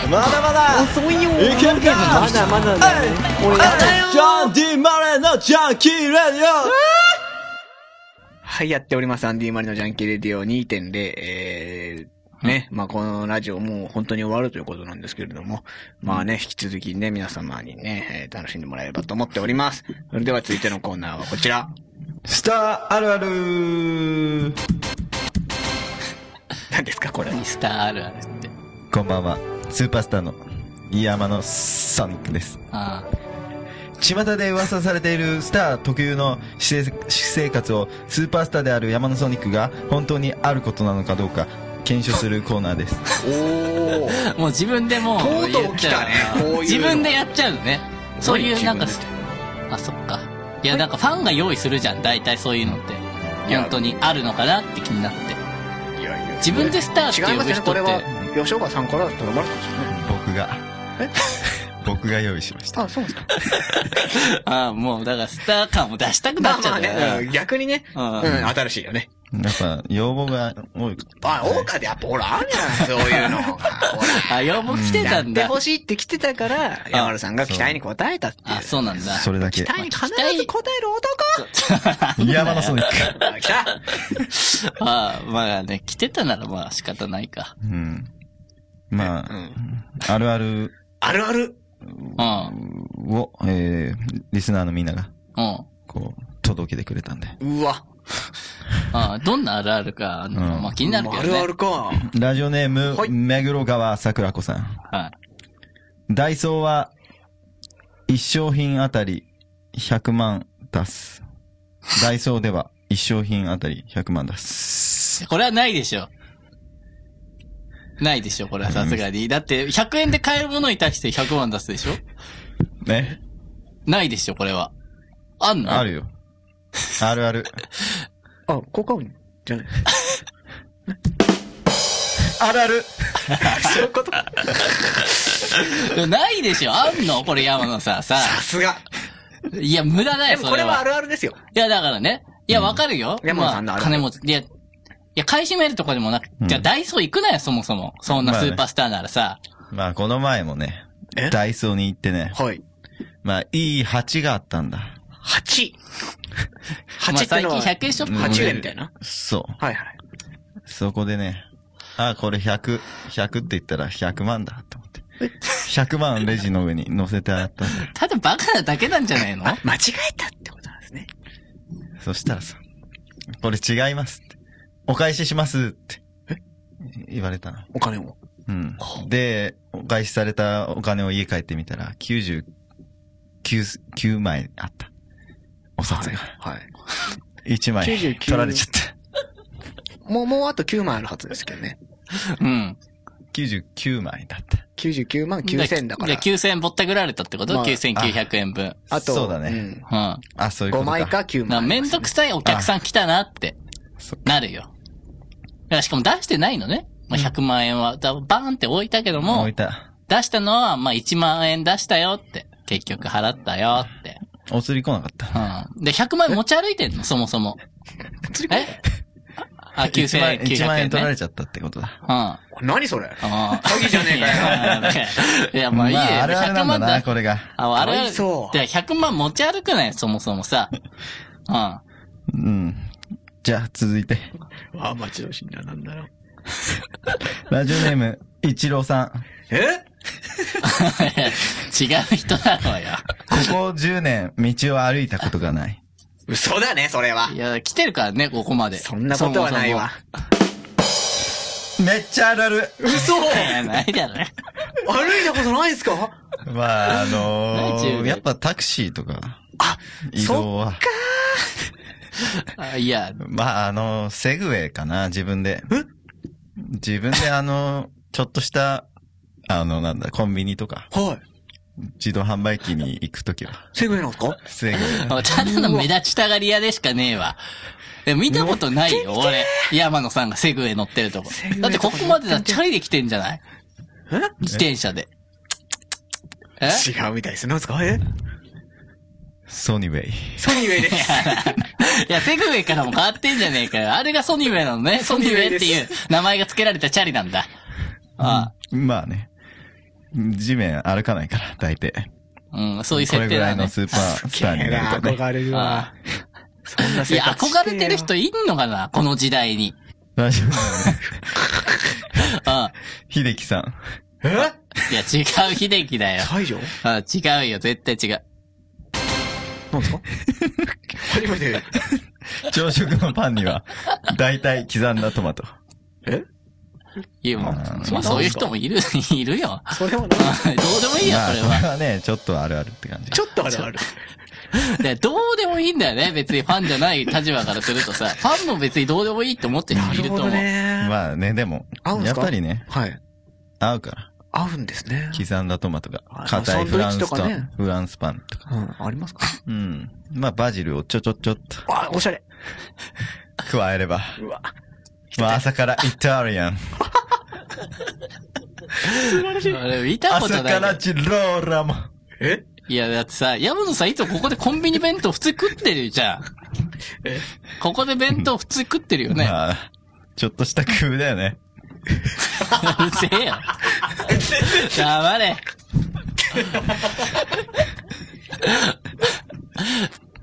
まだまだ遅いよいけるかまだまだだね俺ジャンディマレーのジャンキーレディはい、やっております。アンディ・マリのジャンキーレディオ2.0。えー、ね、まあこのラジオもう本当に終わるということなんですけれども、まあね、引き続きね、皆様にね、えー楽しんでもらえればと思っております。それでは続いてのコーナーはこちら。オスターあるある何ですか、これ。ミスターあるあるって。こんばんは。スーパースターの飯山のソニックです。あ巷で噂されているスター特有の私生私生活をスーパースターである山のソニックが本当にあることなのかどうか検証するコーナーです。おあー。もう自分でもうとうとう言っちゃ来たねこういうの自分でやっちゃうのね。 そういうなんか自、あ、そっか。いや、なんかファンが用意するじゃん、大体そういうのって。いや本当にあるのかなって気になって。いやいや自分でスターって違い呼ますぶね、人これっはて。、吉岡さんから頼まれたんですよね。僕が。僕が用意しました。あ、そうですか。ああ、もう、だからスター感を出したくなまあっちゃまうあんだよね、うん逆にね、ううんん、新しいよね。やっぱ要望が多い。あ、大岡でやっぱほら、あるじゃん、そういうの。 ほら。あ、要望来てたやっんてだ。ほしいって来てたから、山田さんが期待に応えたっていう。あ、そうなんだ。それだけ 期。待に必ず応える飯山のソニッ ク。男来たああ、まあね、来てたならまあ仕方ないか。うん。まあ、うんあるあるあるある。うん。を、えー、リスナーのみんなが、うん。こう、届けてくれたんで。うわ。ああ、どんなあるあるか、あのうんまあ気になるけどあね。るあるか。ラジオネーム、はい目黒川桜子さん。はい。ダイソーは、一商品あたり100万出す。ダイソーでは、一商品あたり100万出す。これはないでしょ。ないでしょ、これはさすがに。だって、100円で買えるものに対して100万出すでしょねないでしょ、これは。あんのあるよ。あるある。あ、効果音じ ゃない。あるある そういうことさないでしょ、あんのこれ山野さんさ。すが。いや、無駄だでよ、もそこれれはあは。るあるですよ。いや、だからね。いや、わかるよ。山野さんのまああるあ金る持ち。いや、いや、買い占めるとかでもなく、うんじゃあダイソー行くなよ、そもそも。そんなスーパースターならさ。まあ、この前もねえ、ダイソーに行ってね、はい。まあ、いい鉢があったんだ。 8。まあ 8って最の近は、 100円ショップ8円みたいな。そう。はいはい。そこでね、あ、これ100、100って言ったら100万だ、と思って。100万レジの上に乗せてあったんだ。ただバカなだけなんじゃ ないのあ、間違えたってことなんですね。そしたらさ、これ違いますって。お返ししますって。言われたの。お金を。うん。で、お返しされたお金を家帰ってみたら、99、9枚あった。お札が。はい。 1枚99取られちゃった。もう、もうあと9万あるはずですけどね。うん。 99枚だった。 99万9000だから。じゃあ9000円ぼったくられたってこと、まあ ?9900 円分。うん。あと、そうだねんだかあ、そういうこ5とか。枚か9ら枚。めんどくさいお客さん来たなってそ、なるよ。だからしかも出してないのね。まあ、100万円は、だバーンって置いたけども置い、た。出したのは、まあ、1万円出したよって。結局払ったよって。お釣り来なかった。うん。で、100万円持ち歩いてんのそもそも。えあ、 1万9900円、ね。 1万円取られちゃったってことだ。うん。何それああ。詐欺じゃねえかよよ。いや、まあいいよ。まあ、あるあるなんだ100万な、だこれが。あ、あれかわいそうで、100万持ち歩くなよ、そもそもさ。うん。 うん。じゃあ、続いて。ああ、待ち遠しいな、なんだろう。ラジオネーム、一郎さん。え違う人なのよ。ここ10年、道を歩いたことがない。嘘だね、それは。いや、来てるからね、ここまで。そんなことはないわ。めっちゃあるある。嘘そもそも。いや、 ないだろ。歩いたことないですかまあ、あの何十ー、年やっぱタクシーとか、あ、移動は。あいや、まあ、あのー、セグウェイかな、自分で。自分であのー、ちょっとした、あの、なんだ、コンビニとか、はい。自動販売機に行くとき は、セグウェイなんですかセグウェイ。ただの目立ちたがり屋でしかねえわ。でも見たことないよ、俺。山野さんがセグウェイ乗ってるとこ。だってここまでだ、チャリで来てんじゃない自転車で。え違うみたいです。なんですかえソニーウェイ。ソニーウェイです。いや、セグウェイからも変わってんじゃねえかよ。あれがソニーウェイなのね。 ソニーウェイっていう名前が付けられたチャリなんだ。あまあね。地面歩かないから、大抵。あ、うん、そういうこ設れぐ定らだいのね。スーパースターになるとね。憧れるわ。そんない生や、活憧れてるし人ていんのかなこの時代に。大丈夫だよね。ああ秀樹さん。よ。えいや、違う秀樹 だよ。大丈ああ違うよ、絶対違う。なんですか初めて。朝食のパンには、大体刻んだトマト。いや、もうあーまあそういう人もいる、 いるよ。それもああどうでもいいよ、まあそれこは。れはね、ちょっとあるあるって感じ。ちょっとあるある。でどうでもいいんだよね、別にファンじゃない立場からするとさ。ファンも別にどうでもいいって思ってる人いると思う。ね。まあね、でも合うん、やすっかぱりね、はい。合うから。合うんですね。刻んだトマトがあ。硬いフランスサンドパイッチとかンね、フランスパンとか。うん、ありますかうん。まあ、バジルをちょちょちょっとあ、おしゃれ。加えれば。うわ。まあ、朝からイタリアン。俺見たこ朝とないかよ。らチローラも。えいや、だってさ、山野さんいつもここでコンビニ弁当普通食ってるじゃん。ここで弁当普通食ってるよね。まあ、ちょっとした工夫だよね。 うるせえよ。黙れ。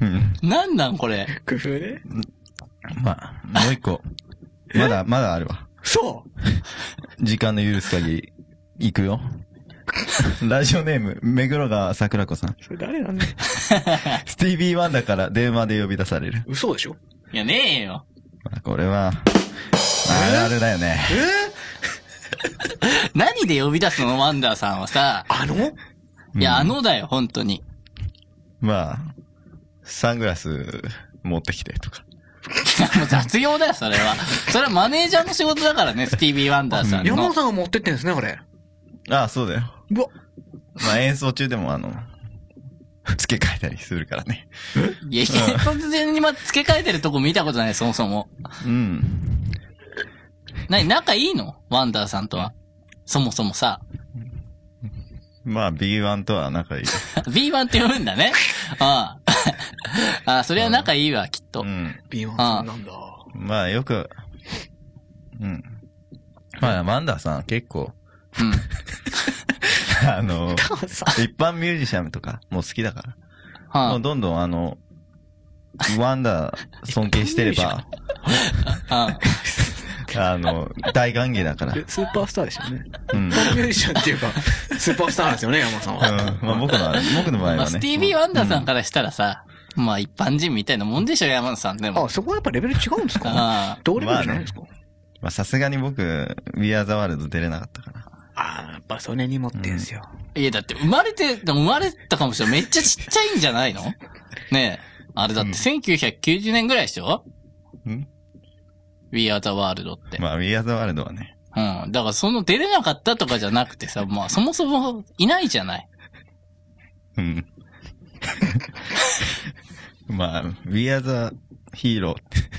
うん。なんなんこれ。工夫ね。まあ、もう一個。まだ、まだあるわ。そう時間の許す限り、行くよ。 ラジオネーム、目黒川桜子さん。それ誰なんだよスティービー・ワンダから電話で呼び出される。嘘でしょいや、ねえよ。まあ、これは、あるあるだよね。何で呼び出すのワンダーさんはさ。あのいや、あのだよ、本当に。 まあ、サングラス持ってきてとか。いやもう雑用だよ、それは。それはマネージャーの仕事だからね、スティービー・ワンダーさん山の本。さんが持ってってんですね、これ。ああ、そうだよ。うわ。まあ演奏中でもあの、付け替えたりするからね。いや、いや突然にま、付け替えてるとこ見たことない、そもそも。うん。なに、仲いいのワンダーさんとは。そもそもさ。 まあ B1 とは仲いい。 B1 って読むん だね。ああ。ああ、それは仲いいわ、きっと。うん。ビーマンさんなんだ。まあよく、うん。まあマンダーさん結構、うん。 あの、一般ミュージシャンとかもう好きだから。もはうどんどんあの、ワンダー尊敬してれば、あ、はあの、大歓迎だから。えスーパースターでしたよね。うん。うんミュージシャンっていうか、スーパースターなんですよね、山本さんは。まあ僕の、僕の場合あ。はまね。あ、スティービー・ワンダーさんからしたらさ、まあ一般人みたいなもんでしょ、山野さんでも。あ、そこはやっぱレベル違うんですかあ同レベルじゃないんですかまあさすがに僕、We Are the World 出れなかったから。あー、やっぱそれに持ってんすよ。あ。いや、だって生まれて、でも生まれたかもしれない。めっちゃちっちゃいんじゃないのねえ。あれだって1990年ぐらいでしょうん ?We are the world って。まあ We Are the World はね。うん。だからその出れなかったとかじゃなくてさ、まあそもそもいないじゃない。 うん。 まあ、We Are the Hero って。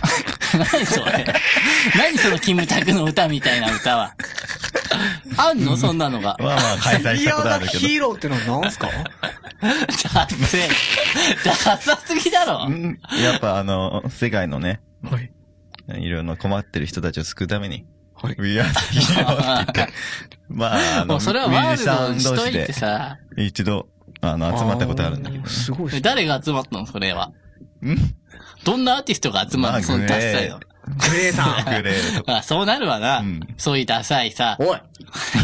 何それ 何そのキムタクの歌みたいな歌は。あんのそんなのが。まあまあ開催しリたアことあなるけヒーローってのは何すかダセダサすぎだろど。う。んやっぱあの、世界のね、はい。いろいろ困ってる人たちを救うために、はい We Are the Hero って言って、まあ、あもの、うそれはミュワーージルシャドンにし同と士いてでさ。一度、あの、集まったことあるんだけどあー。すごいっすね誰が集まったのそれは。んどんなアーティストが集ままるあのそのダサいの。ねグレーさん。グレーとか。 まあ、そうなるわな。うんそういうダサいさ。おい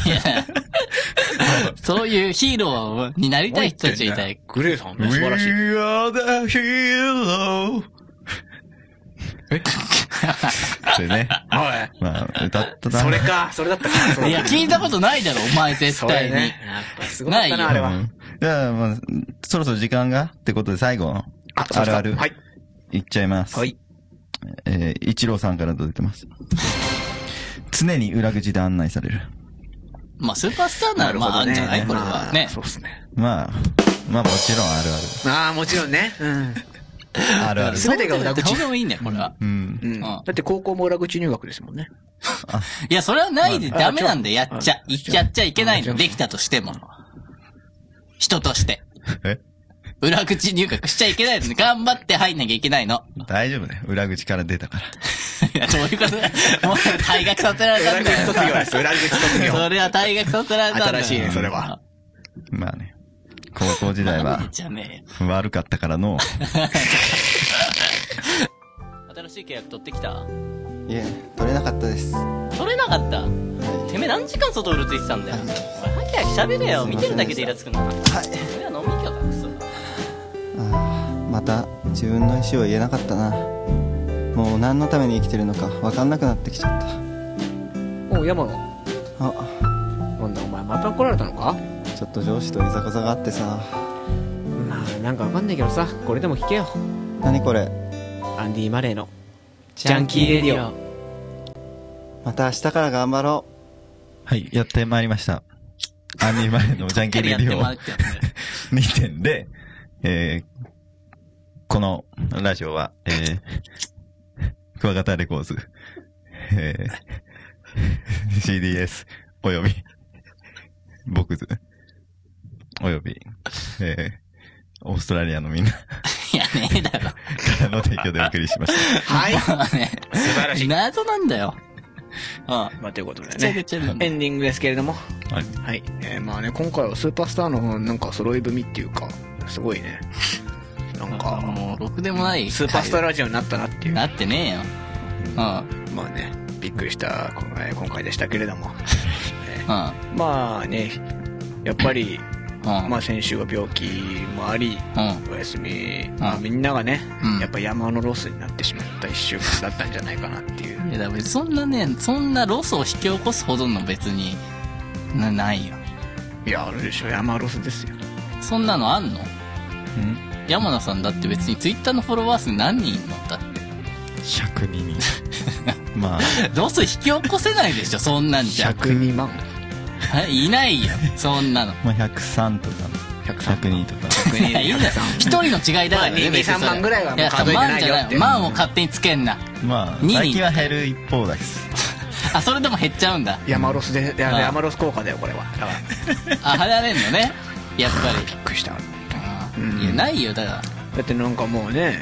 いやそういうヒーローになりたい人たちがいたい。グレーさんね、 素晴らしい。 We are the hero! えでね。はまあ、歌ったい。な。それか、それだったか。そういや、聞いたことないだろ、お前絶そうだ対よに。ね。やっぱすごかっなたいよな、あれうは。んじゃあ、まあ、そろそろ時間がってことで最後の、あそうあるだある、はい。いっちゃいます。はい。えー、一郎さんから届いてます。常に裏口で案内される。まあ、スーパースターなら、まあ、あるんじゃないこれは。ね。そうですね。まあ、まあもちろんあるあああ、もちろんね。うん。る。あるある。全てが裏口どうでもいいんだよ、これは。うん。うんだって高校も裏口入学ですもんね。いや、それはないであダメなんだよ、やっちゃあ。いやっちゃいけないの、できたとしても。人として。え裏口入学しちゃいけないのに、頑張って入んなきゃいけないの。大丈夫ね。裏口から出たから。いや、どういうこともう退学させられた裏ん口だよ卒。業です、裏口卒業。それは退学させられたんだよ。新しいね、それは。まあね。高校時代マジはじゃねえよ悪かったからの。新しい契約取ってきたいえ取れなかったですは取れなかったてめえ何時間外うろついてたんだよお前ハキハキ喋れよ見てるだけでイラつくなおい前ら飲み行きゃかクソあーまた自分の意思を言えなかったなもう何のために生きてるのか分かんなくなってきちゃっおう、山野。たあなんだお前、また怒られたのかちょっと上司といざこざがあってさまあ、なんかわかんないけどさ、これでも聞けよ。何これアンディ・マレーの、ジャンキーレディオ。また明日から頑張ろはい、やってまいりました。アニマルのジャンケキャンリレデやってィもオらってんだよ2点で、えー、このラジオは、えー、クワガタレコーズ、えー、CDS、および、ボクズ、および、えー、オーストラリアのみんなか いやねえだろらの提供でお送りしま した。はい。まあね素晴らしい。謎なんだようんまあ、ということでぐちゃぐね。ちゃなんだエンディングですけれども。はいはい。えーまあね、今回はスーパースターのなんか揃い踏みっていうか、すごいね。なんあか、もうろくでもないスーパースターラジオになったなっていう。なってねえようんまあね、びっくりした今回今回でしたけれども。うんまあね、やっぱり、うんまあ先週は病気もあり、うお休み、まあみんながね、うんやっぱ山のロスになってしまった一週間だったんじゃないかなっていう。んいやだから別にそんなねそんなロスを引き起こすほどの別になないよいや、あるでしょ、山ロスですよ。そんなのあんの山名さんだって別にツイッターのフォロワー数何人いんのだって。 102人。まあ、ロス引き起こせないでしょ、そんなんじゃ。 102万。えいないよ、そんな の。まあ103とか、102とか。いや、いいんだよ。一人の違いだからまね、あね別にそれ2 3万ぐらいはもうや数えてないよ万っじてゃない。万を勝手につけんな。まあ二、人最近は減る一方です。あ、それでも減っちゃうんだ。 山ロスで、いやああ山ロス効果だよ、これは。だから、あ、離れんのね。やっぱびっくりした。り。うんいや、ないよ、だから。だってなんかもうね、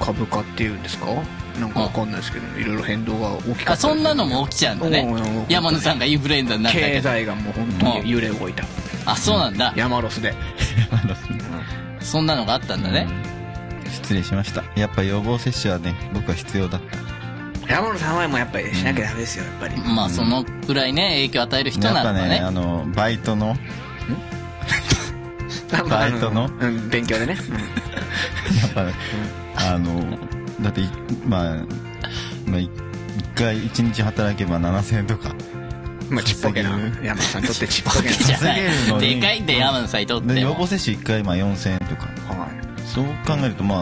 株価っていうんですかなんかわかんないですけど、いろいろ変動が大きかったですよねあ、そんなのも起きちゃうんだうんうんねうん。山野さんがインフルエンザになったり経とか済がもう本当に揺れ動いた、あ、そうなんだ。山ロスであのそんなのがあったんだね。失礼しましたやっぱ予防接種はね僕は必要だった山野さんはもうやっぱりしなきゃダメですよやっぱり、まあ、そのくらいね、影響を与える人やなっんだぱねねあ。のバイトのバイトのうん、勉強でね、やっぱ、あのだっていまあ、まあ、い一回一日働けば7000円とかうん、まあちっぽけな稼げる山野さんにとってちっぽ けなじゃな稼げるのい。にでかいんだよ、山野さんにとっでて予も防。接種一回まあ4000円とかはそう考えるとまあ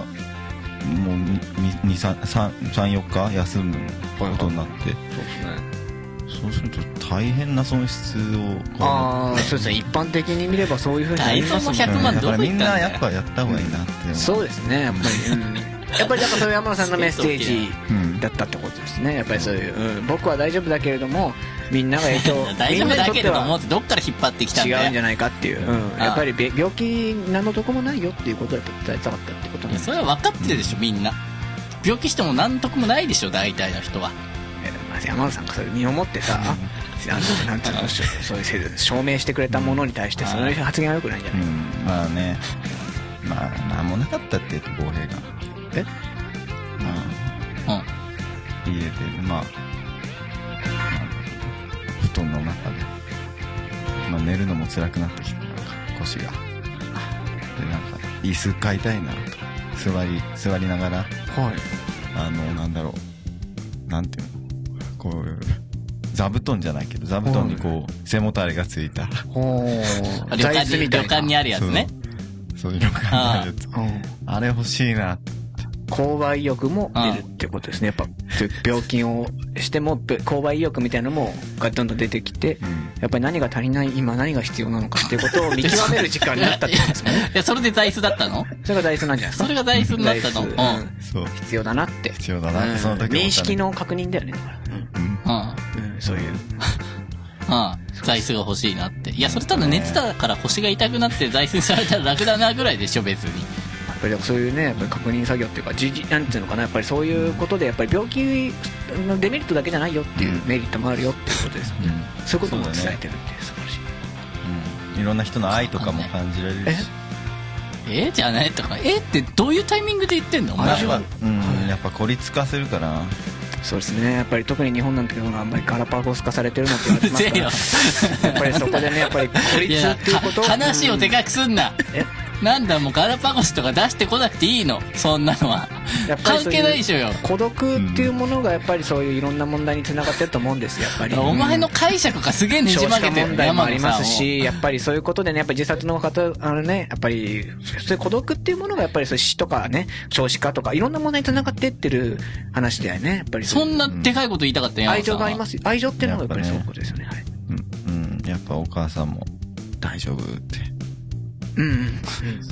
もう34日休むことになっていそうですねそうすると大変な損失をああそうですね一般的に見ればそういうふうになりますもんダイソーも100うん万だからみんなどこ行やったんだよっぱやった方がいいなって思うそうですねやっぱ り、うん、やっぱりだからそういう山野さんのメッセージうんだったってことですねやっぱりそういう、うん、僕は大丈夫だけれどもみんなが影響 大み丈ん夫なにだとっけてれどもはってどっから引っ張ってきたん違だうんじよゃないかっていう、うん、やっぱりべ病気何のとこもないよっていうことをやっぱ伝えたかったってことないんやですそれは分かってるでしょみんな病気しても何ともないでしょ大体の人はえーまあ山野さんがそれ身をもってさ、あのなんていうの、しょそういうせい証明してくれたものに対して、その発言は良くないんじゃうないん、まあね、まあ、なんもなかったって言うと、語弊が。えまあ、う入れてまあ布団の中で、まあ、寝るのも辛くなってきてなんか腰がでなんか椅子買いたいなと座り座りながらはい。あのなんだろうなんていうのこういう座布団じゃないけど座布団にこう背もたれがついたほあう。旅座椅館子に、旅みたい館な。にあるやつね。そういうのがあるやつうんあれ欲しいな購買意欲も出るってことですね。やっぱ、病気をしても、べ購買意欲みたいなのも、がどんどん出てきて、やっぱり何が足りない、今何が必要なのかっていうことを見極める時間になったってことですね。 いや、それで座椅子だったの それが大事なんじゃないですか。それが座椅子になったの座椅子うんそう必要だなって。必要だなってうんその時思ったね認識の確認だよね。だからうん。うん。うんうん、そういうう。ん。座椅子が欲しいなって。いや、それただ寝てたから腰が痛くなって座椅子にされたら楽だなぐらいでしょ、別に。やっぱりそういうねやっぱり確認作業っていうかじじなんていうのかなやっぱりそういうことでやっぱり病気のデメリットだけじゃないよっていうメリットもあるよっていうことですよね、そういうことも伝えてるっていう素晴らしいいろんな人の愛とかも感じられるしえー、じゃないとか、えー、ってどういうタイミングで言ってんのお前やっはぱ。うんやっぱ孤立化するからそうですねやっぱり特に日本なんていうのがあんまりガラパゴス化されてるなんて言わうれるてますせかえらよ。 やっぱりそこでねやっぱり孤い立やっていうことか話をでかくすんな。えなんだ、もうガラパゴスとか出してこなくていいの。そんなのはやっ。ぱ関りそうい係うないでしょよ。孤独っていうものがやっぱりそういういろんな問題につながってると思うんですやっぱりお前の解釈がすげえねじ少曲子げ化てる問題もあります山野さんをし、やっぱりそういうことでね、やっぱり自殺の方、あのね、やっぱり、そういう孤独っていうものが、やっぱりそういう死とかね、少子化とか、いろんな問題に繋がってってる話だよね、やっぱりうそいうんなでかいこと言いたかったよ、。愛情がありますすよ。愛情っていうのがやっぱりそういうことですよね。はいうんうんやっぱお母さんも大丈夫ってうんうん。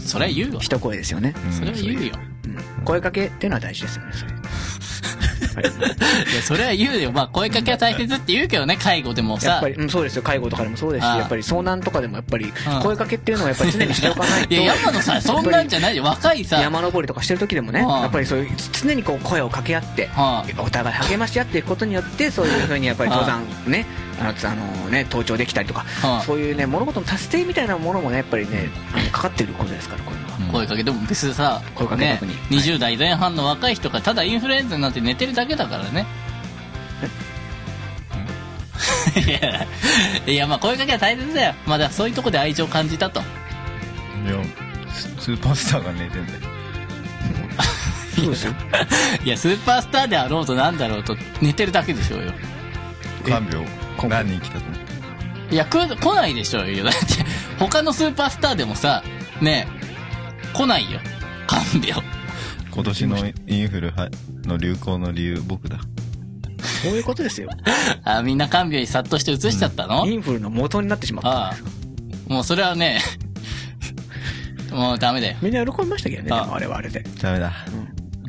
それは言うわ。一声ですよね。それは言うよ。うん声かけっていうのは大事ですよね、それ。いや、それは言うよ。まあ、声かけは大切って言うけどね、介護でもやっさぱ。り、うん、そうですよ。介護とかでもそうですし、ああやっぱり遭難とかでもやっぱりあ、声かけっていうのはやっぱり常にしておかない と。いや、山野さん、そんなんじゃないよ。若いさ。山登りとかしてる時でもね、はいやっぱりそういう常にこう声を掛け合って、はいお互い励まし合っていくことによってそういうふうにやっぱり登山ね、あのあのね登頂できたりとか、はいそういうね物事の達成みたいなものもねやっぱりねあのかかってることですからこういうのは。声かけ、でも別にさ、声かけね特に、 20代前半の若い人がただインフルエンザになって寝てるだけだからね。 いや、いや、まあ、声かけは大切だよ。まあ、だからそういうとこで愛情を感じたと。いやススーパースターが寝てんだよそうですよいや、スーパースターであろうとなんだろうと、寝てるだけでしょうよ。看病何人来たと思っていや、来来ないでしょうよ。だって、他のスーパースターでもさ、ねえ、来ないよ。看病。今年のインフルはの流行の理由僕だそういうことですよあ、みんな看病にさっとして移しちゃったの、インフルの元になってしまったああ。もうそれはね、 もうダメだよ。みんな喜びましたけどねああでもあれはあれでダメだ、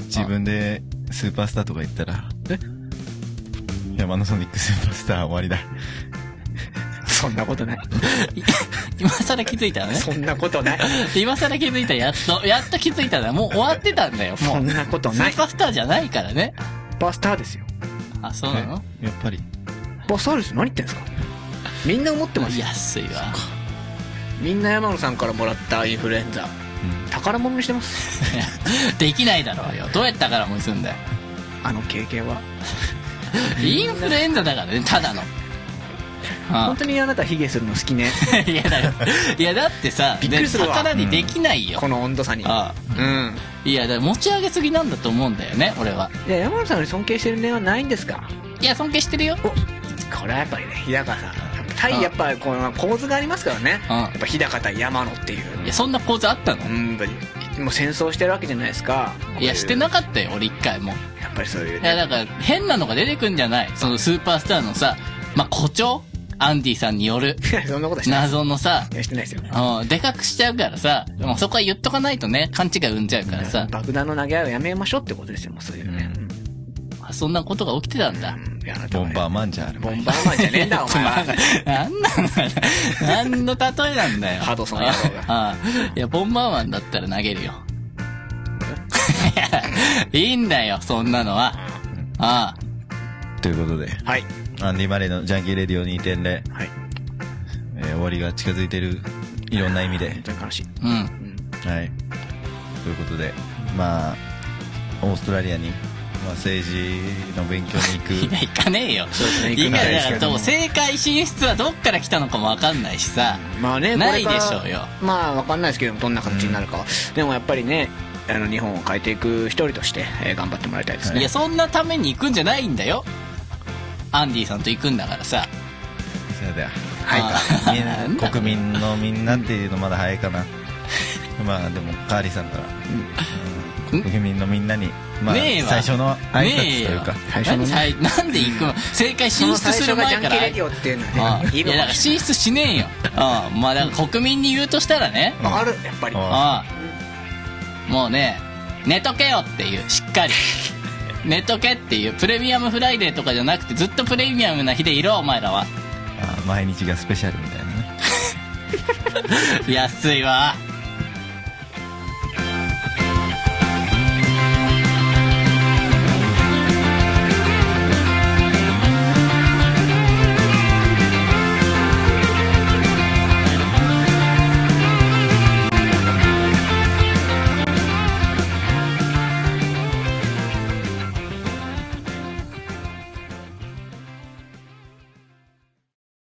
自分でスーパースターとか言ったらえ山のソニックスーパースター終わりだそん なことない今更気づいたのね。そんなことない今更気づいた、やっと。やっと気づいたな。もう終わってたんだよ。そもんう。なことスないーパースターじゃないからね。バスターですよあ、そうなのやっぱりバスターですよ何言ってんですかみんな思ってますよ安いわ。 みんな山野さんからもらったインフルエンザ、宝物にしてますできないだろうよ。どうやったからもうすんだよ。あの経験はインフルエンザだからね、ただの。ああ本当にあなた卑下するの好きねいやだよいやだってさびっくりするわね魚にできないよ、この温度差にあうんあいやだから持ち上げすぎなんだと思うんだよね俺はいや山野さんより尊敬してる念はないんですかいや尊敬してるよおこれはやっぱりね日高さん対あやっぱりこの構図がありますからねあやっぱ日高対山野っていういやそんな構図あったのうんもう戦争してるわけじゃないですかいやしてななかったよ俺一回もやっぱりそういういやだねから変なのが出てくんじゃないそのスーパースターのさまあ誇張アンディさんによる そんなことはしてない謎のさいやしてないですようんでかくしちゃうからさもうそこは言っとかないとね勘違い生んじゃうからさ爆弾の投げ合いをやめましょうってことですよもうそういうねあそんなことが起きてたんだうんいやあなたボンはねバーマンじゃあるボンバーマンじゃねえんだ お前はなんなんだよ何の例えなんだよ。ハドソン野郎がああいや、ボンバーマンだったら投げるよ。 いや、いいんだよ、そんなのは。ああということではいアンディ・マレーのジャンキー・レディオ2.0、はいえー終わりが近づいてるいろんな意味で本当に悲しいうん。はいということでまあオーストラリアにまあ、政治の勉強に行いや、行かねえよ。行くいみたや、いでだすかけら、どでもも正解進出はどっから来たのかもわかんないしさ。まあねないこでれからしょうよまあわかんないですけどどんな形になるかは、でもやっぱりねあの日本を変えていく一人として、えー頑張ってもらいたいですいね、や、そんなために行くんじゃないんだよ。アンディさんと行くんだからさ。くそれでははいみんななんだ国民のみんなっていうのまだ早いかなまあでもカーリーさんから、うん国民のみんなに、まあ、ねえ最わ初の挨ね拶えといようか、。最初のね何最なんで行くの正解進出する前から。オっていうのああいいいや、だから進出しねえよ。ああまあ、だから国民に言うとしたらね。わかるやっぱりああもうね寝とけよっていうしっ かり寝とけっていうプレミアムフライデーとかじゃなくてずっとプレミアムな日でいろお前らはあ毎日がスペシャルみたいなね 安いわ